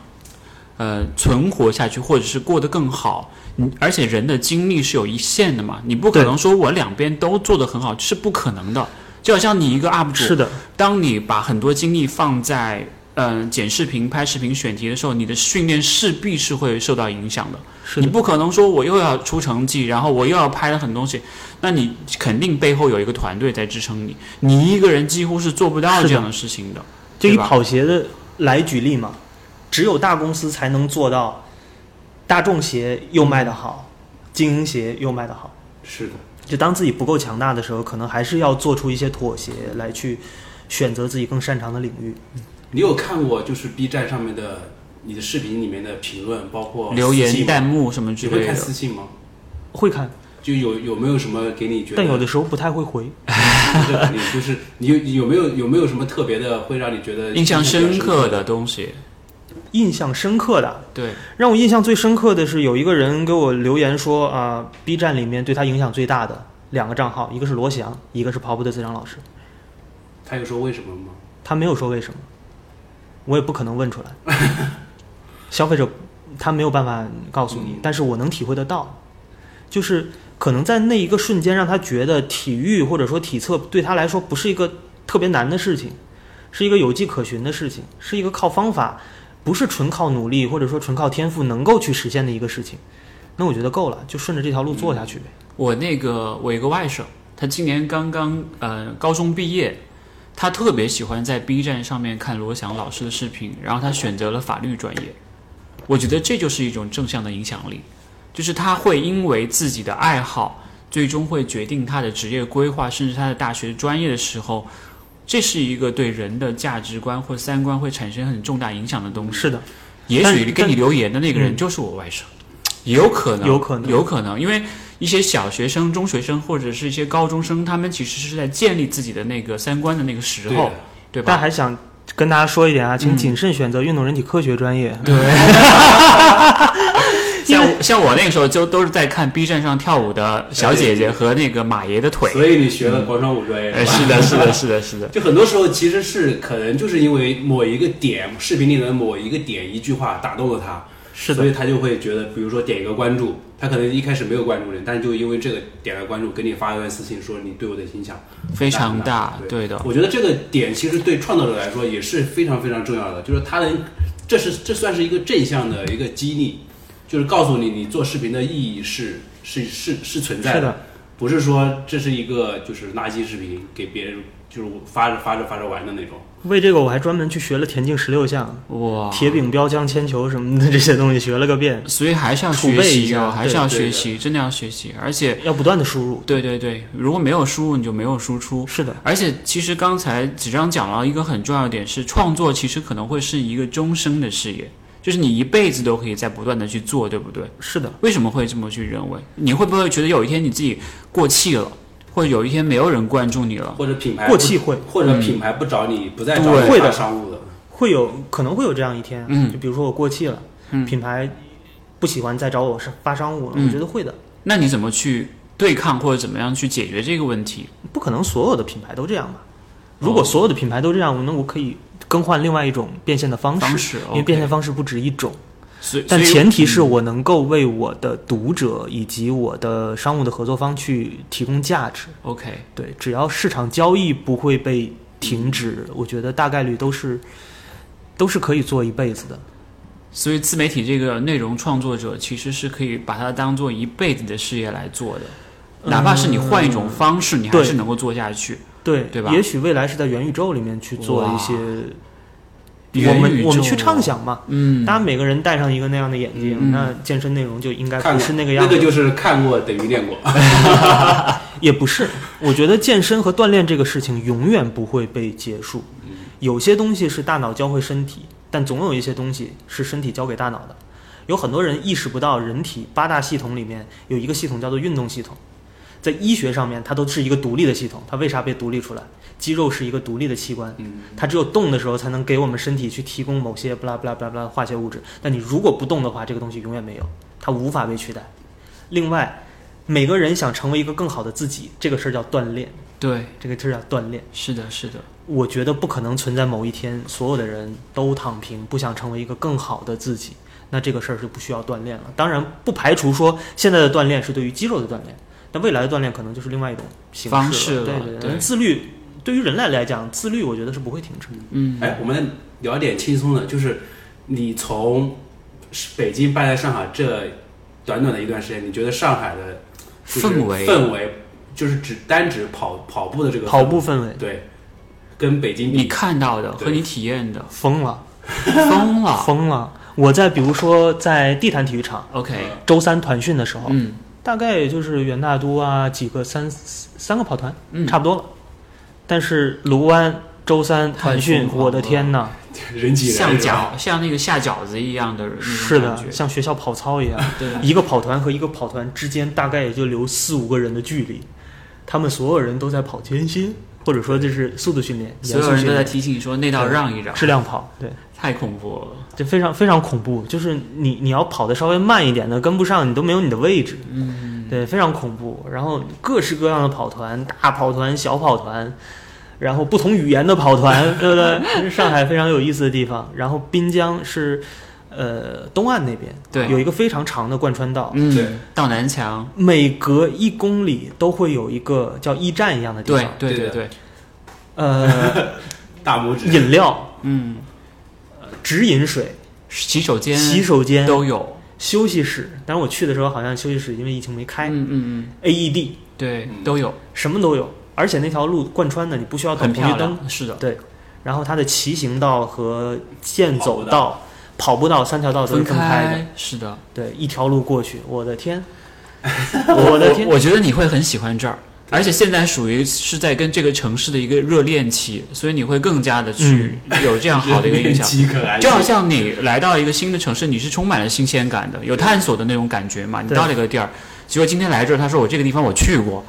呃，存活下去，或者是过得更好。你而且人的精力是有一限的嘛，你不可
对
能说我两边都做得很好，是不可能的。就好像你一个 UP 主，
的，
当你把很多精力放在嗯、呃剪视频、拍视频、选题的时候，你的训练势必是会受到影响的。
是
你
的，
不可能说我又要出成绩，然后我又要拍了很多东西，那你肯定背后有一个团队在支撑你，你一个人几乎是做不到
是的
这样的事情的。
就
对
以
吧
跑鞋的来举例嘛，只有大公司才能做到，大众鞋又卖得好，精英鞋又卖得好。
是的，
就当自己不够强大的时候，可能还是要做出一些妥协来去选择自己更擅长的领域。
你有看过就是 B 站上面的你的视频里面的评论，包括
留
私信
言、
吗
弹幕什么之
你会
类
看
的，
私信吗？
会看，
就有有没有什么给你觉得？
但有的时候不太会回。
这肯定就是你有有没有有没有什么特别的会让你觉得
印象深刻的
的？
东西。
印象深刻的，
对，
让我印象最深刻的是有一个人给我留言说啊、b 站里面对他影响最大的两个账号，一个是罗翔，一个是跑步的自长老师。
他有说为什么吗？
他没有说为什么，我也不可能问出来。消费者他没有办法告诉你
嗯，
但是我能体会得到，就是可能在那一个瞬间让他觉得体育或者说体测对他来说不是一个特别难的事情，是一个有迹可循的事情，是一个靠方法，不是纯靠努力或者说纯靠天赋能够去实现的一个事情。那我觉得够了，就顺着这条路做下去呗。
我那个我有个外甥，他今年刚刚呃高中毕业，他特别喜欢在 B 站上面看罗翔老师的视频，然后他选择了法律专业。我觉得这就是一种正向的影响力，就是他会因为自己的爱好，最终会决定他的职业规划，甚至他的大学专业的时候，这是一个对人的价值观或三观会产生很重大影响的东西。
是的，
也
但
许跟你留言的那个人就是我外甥，也有可能，
有可能
有可能，因为一些小学生、中学生或者是一些高中生，他们其实是在建立自己的那个三观的那个时
啊
候，对吧？
但还想跟大家说一点啊，请谨慎选择运动人体科学专业。
像我像我那个时候就都是在看 B 站上跳舞的小姐姐和那个马爷的腿，
所以你学了广场舞专业，
呃，
吧
是的，是的，是的，是的，
就很多时候其实是可能就是因为某一个点，视频里的某一个点一句话打动了他，
是
所
的，
以他就会觉得，比如说点一个关注，他可能一开始没有关注你，但是就因为这个点了关注，给你发一段私信说你对我的影响
非常大，
对
对的，
我觉得这个点其实对创作者来说也是非常非常重要的，就是他能，这是这算是一个正向的一个激励，就是告诉你你做视频的意义是是是是存在
是的，
不是说这是一个就是垃圾视频给别人就是发着发着发着玩的那种。
为这个我还专门去学了田径十六项、
哇，
铁饼、标枪、铅球什么的这些东西，学了个遍，
所以还是要
储
学
备一
习
下
哦，还是要
对对
学
的
习，真的要学习，而且，
要不断的输入。
对对对，如果没有输入，你就没有输出，
是的，
而且，其实刚才子章讲到一个很重要的点是，创作其实可能会是一个终生的事业，就是你一辈子都可以在不断的去做，对不对？
是的，
为什么会这么去认为？你会不会觉得有一天你自己过气了，或者有一天没有人关注你了？
或者品牌不
过气会
或者品牌不找你，不再找
对
你
会
发
的
商务的，
会有可能会有这样一天，
嗯
就比如说我过气了，
嗯
品牌不喜欢再找我是发商务了，
嗯
我觉得会的，
那你怎么去对抗，或者怎么样去解决这个问题？
不可能所有的品牌都这样吧？
哦
如果所有的品牌都这样，那我可以更换另外一种变现的方式，
方式
因为
OK
变现方式不止一种。
所以，嗯
但
所以
前提是我能够为我的读者以及我的商务的合作方去提供价值。
OK，
对，只要市场交易不会被停止，我觉得大概率都是都是可以做一辈子的。
所以自媒体这个内容创作者其实是可以把它当做一辈子的事业来做的，哪怕是你换一种方式，你还
嗯对
是能够做下去。
对，
对吧
也许未来是在元宇宙里面去做一些，我
元宇
们
宙
我们去畅想嘛。
嗯，
大家每个人戴上一个那样的眼镜，
嗯
那健身内容就应该
看
不
过
是那个样子，
就是看过等于练过。
也不是。我觉得健身和锻炼这个事情永远不会被结束。有些东西是大脑教会身体，但总有一些东西是身体教给大脑的。有很多人意识不到，人体八大系统里面有一个系统叫做运动系统，在医学上面它都是一个独立的系统。它为啥被独立出来？肌肉是一个独立的器官，
嗯，
它只有动的时候才能给我们身体去提供某些不拉不拉不拉不拉化学物质。但你如果不动的话，这个东西永远没有，它无法被取代。另外，每个人想成为一个更好的自己，这个事儿叫锻炼，
对，
这个事儿叫锻炼。
是的，是的，
我觉得不可能存在某一天所有的人都躺平，不想成为一个更好的自己，那这个事儿是不需要锻炼了。当然，不排除说现在的锻炼是对于肌肉的锻炼，但未来的锻炼可能就是另外一种形
方式
式
了
了。对对
对
自律对于人类来讲，自律我觉得是不会停止的。
嗯，
哎，我们聊点轻松的，就是你从北京搬来上海这短短的一段时间，你觉得上海的就是
氛围
氛围，就是只单指跑跑步的这个
跑步氛围
对，跟北京
你
比，
看到的
对
和你体验的
疯了，
疯了。
疯了！我在比如说在地坛体育场
OK，
周三团训的时候，
嗯
大概也就是元大都啊几个三三个跑团，
嗯，
差不多了。但是卢湾周三团
太
训
疯，狂
我的天呐，
人挤人
像
是吧
饺像那个下饺子一样的那种
是
感
的，
觉，
像学校跑操一样，
对，
一个跑团和一个跑团之间大概也就留四五个人的距离，他们所有人都在跑艰辛，或者说这是速度训练、
所
严
有
肃
人
训
都在
练、
提醒你说那道让一让，
质量跑，对，
太恐怖了。
这非常非常恐怖。就是你你要跑的稍微慢一点的，跟不上你都没有你的位置，
嗯，
对，非常恐怖。然后各式各样的跑团，大跑团、小跑团，然后不同语言的跑团， 对不对？这是上海非常有意思的地方。然后滨江是，呃，东岸那边，
对
有一个非常长的贯穿道，
对
嗯，到南墙，
每隔一公里都会有一个叫驿站一样的地
对
方，
对
对
对，
呃，
大拇指，
饮料、
嗯，
直饮水、
洗手间
洗手间、
都有，
休息室。但是我去的时候好像休息室因为疫情没开、
嗯嗯
a E D
嗯，对
嗯，
都有，
什么都有，而且那条路贯穿的，你不需要等
很
红绿
漂
灯，
亮，是的，
然后它的骑行道和健走道、跑步道三条道都是
分
分开的，
开，是的，
对，一条路过去，我的天，我 的天，
我觉得你会很喜欢这儿，而且现在属于是在跟这个城市的一个热恋期，所以你会更加的去
嗯
有这样好的一个 印象。
极可爱，
就好像你来到一个新的城市，你是充满了新鲜感的，有探索的那种感觉嘛。你
对
到了一个地儿，结果今天来这儿，他说我这个地方我去过，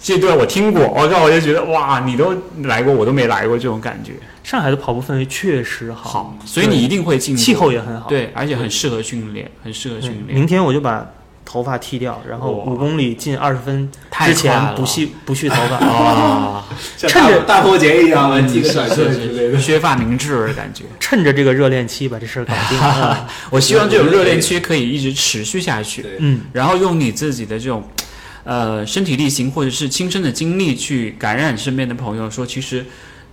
这段我听过，我靠，我就觉得哇，你都来过，我都没来过这种感觉。
上海的跑步氛围确实好，
好，所以你一定会进步
气候也嗯很好。
对，而且很适合训练，很适合
对，
训练，
明天我就把头发剃掉，然后
哇
五公里进二十分
太
之
快了
前不 蓄不蓄头发。哦
啊，
像
趁着
大破 节一样啊，系个
是
短
嗯是
袖之类
是，
的。
削发明志的感觉。
趁着这个热恋期把这事儿搞 定。啊
我希望这种热恋期可以一直持续下去，
对
嗯，
然后用你自己的这种，呃，身体力行或者是亲身的经历去感染身边的朋友，说其实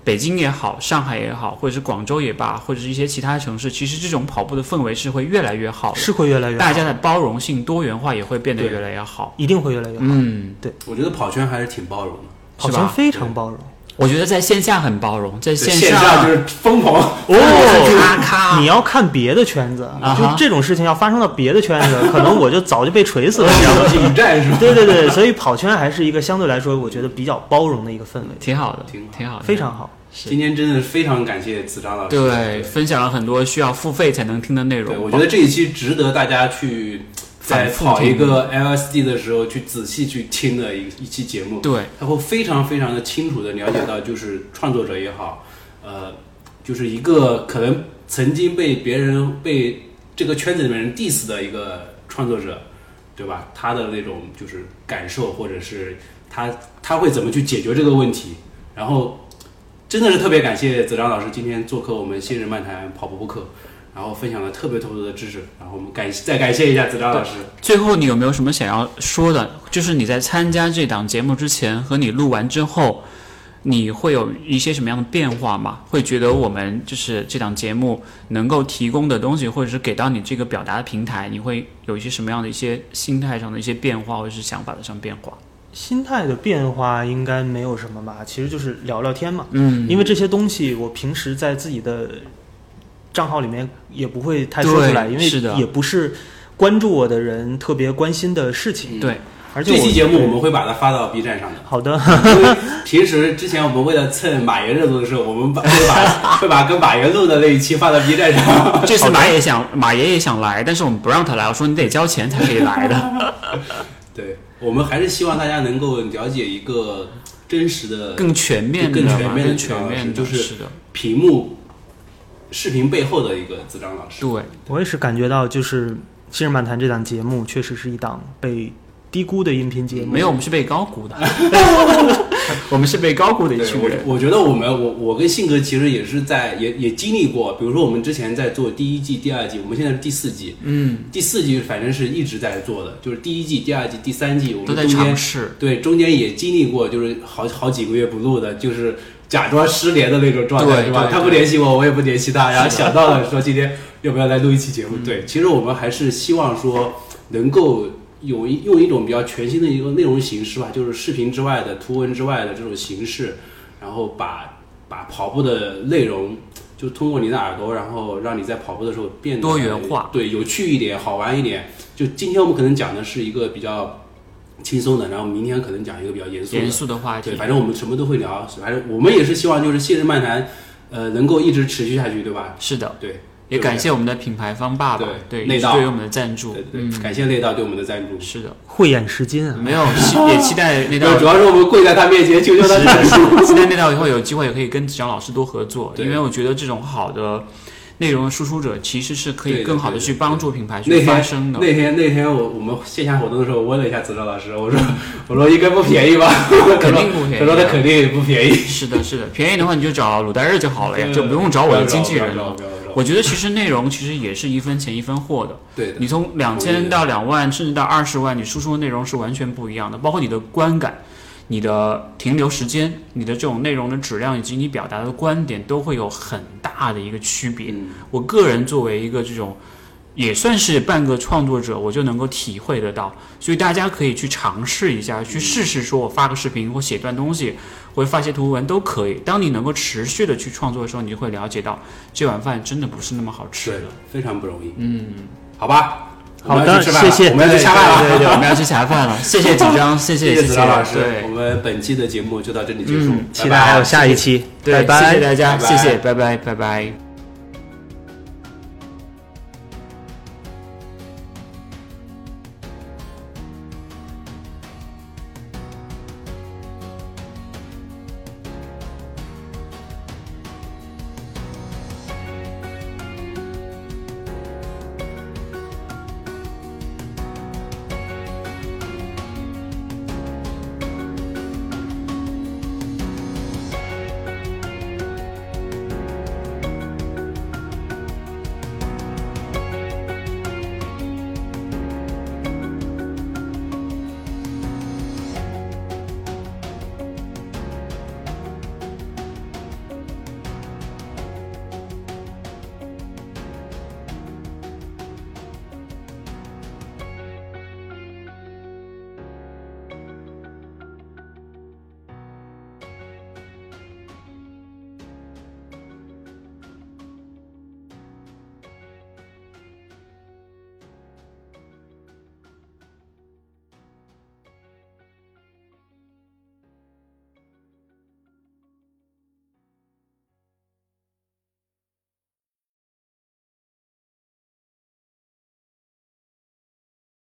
北京也好，上海也好，或者是广州也罢，或者是一些其他城市，其实这种跑步的氛围是会越来越好的，
嗯是会越来越好
大，家的包容性、多元化也会变得
对
越来越好。
一定会越来越好。
嗯，
我觉得跑圈还是挺包容的，
跑
是
圈
吧
非常包容。
我觉得在线下很包容，在
对
线
线就是哦疯 狂，
哦
哦
咔咔
你要看别的圈子
啊，哈
就这种事情要发生到别的圈子，可能我就早就被锤死了。你知道吗
引战是吧？
对对 对，所以跑圈还是一个相对来说，我觉得比较包容的一个氛围，
挺好的，
挺好
挺好的，
非常好。
今天真的非常感谢子章老师，
对，分享了很多需要付费才能听的内
对，
容。
我觉得这一期值得大家去在
反复
跑一
听
个 LSD 的时候去仔细去听的一一期节目，
对，
他会非常非常的清楚的了解到，就是创作者也好，呃，就是一个可能曾经被别人被这个圈子里面人 diss 的一个创作者，对吧？他的那种就是感受，或者是他他会怎么去解决这个问题，然后。真的是特别感谢子章老师今天做客我们新人漫谈跑步播客，然后分享了特别特别多的知识，然后我们感再感谢一下子章老师。
最后，你有没有什么想要说的？就是你在参加这档节目之前和你录完之后，你会有一些什么样的变化吗？会觉得我们就是这档节目能够提供的东西，或者是给到你这个表达的平台，你会有一些什么样的一些心态上的一些变化，或者是想法上的变化？
心态的变化应该没有什么吧，其实就是聊聊天嘛。
嗯，
因为这些东西我平时在自己的账号里面也不会太说出来，
对
因
是的
为也不是关注我的人特别关心的事
嗯
情。
对
而且
这
啊我
期节目我们会把它发到 B 站上的。
好的，
因为平时之前我们为了蹭马爷热度的时候，我们把 会把会把跟马爷录的那一期发到 B 站上。
这次马也想马爷也想来，但是我们不让他来，我说你得交钱才可以 来的，
对，我们还是希望大家能够了解一个真实的
更全面的
更
嘛，
全面的
更全面的，
就是
是的，
屏幕视频背后的一个子章老师。
对，
我也是感觉到，就是《新人漫谈》这档节目确实是一档被低估的音频节目。
没有，我们是被高 估的，我们是被高估的一
对，
群
我
人。
我觉得我们我我跟信哥其实也是在也也经历过，比如说我们之前在做第一季、第二季，我们现在是第四季，
嗯，
第四季反正是一直在做的，就是第一季、第二季、第三季，我
都
们
在
中间
尝试。
对，中间也经历过，就是好好几个月不录的，就是假装失联的那种状态，
对
是吧？
对
他不联系我，我也不联系他，然后想到了说今天要不要来录一期节
嗯
目？对，其实我们还是希望说能够有一用一种比较全新的一个内容形式吧，就是视频之外的、图文之外的这种形式，然后把把跑步的内容。就通过你的耳朵，然后让你在跑步的时候变得
多元化
对，有趣一点，好玩一点。就今天我们可能讲的是一个比较轻松的，然后明天可能讲一个比较严肃的。
严肃的话
对，
题，
反正我们什么都会聊，反正我们也是希望就是信日漫谈，呃，能够一直持续下去，对吧？
是的，
对，
也感谢我们的品牌方爸爸，
对
对，
内
也是
道
对于我们的赞助
对，对，
嗯，
感谢内道对我们的赞助。
是的，
慧眼识金啊！
没有， 期也期待那
对，主
道，
要是我们跪在他面前求求他赞助。
期待那道以后有机会也可以跟子强老师多合作，
对
因为我觉得这种好的内容输出者其实是可
对
以
的
更好的
对的
去帮助品牌
那
去
天
发声的。
那天那天我我们线下活动的时候，我问了一下子超老师，我说我说应该不便宜吧？
肯定不便宜啊
他说他肯定不便宜。
是的，是的，便宜的话你就找鲁代日就好了呀，就不用找我的经纪人了。
不要找。不要找
我觉得其实内容其实也是一分钱一分货的，
对的，
你从两
同意
千
的
到两万，甚至到二十万，你输出的内容是完全不一样的，包括你的观感。你的停留时间、你的这种内容的质量以及你表达的观点都会有很大的一个区别。
嗯
我个人作为一个这种也算是半个创作者，我就能够体会得到，所以大家可以去尝试一下，
嗯
去试试，说我发个视频或写段东西，或者发些图文都可以。当你能够持续的去创作的时候，你就会了解到这碗饭真的不是那么好吃
对
的。，
非常不容易。嗯，好吧，
好
我们要去吃
的
饭了
谢谢
我们要去下饭了。
对对对对
我们要吃茶饭了，谢 谢子章，谢
谢
谢
子章老师，我
对
们本期的节目就到这里结束，
嗯
拜
期待
拜
还有下一期，
对，
拜拜
谢谢大
拜
家，
拜
谢谢，拜拜，拜拜。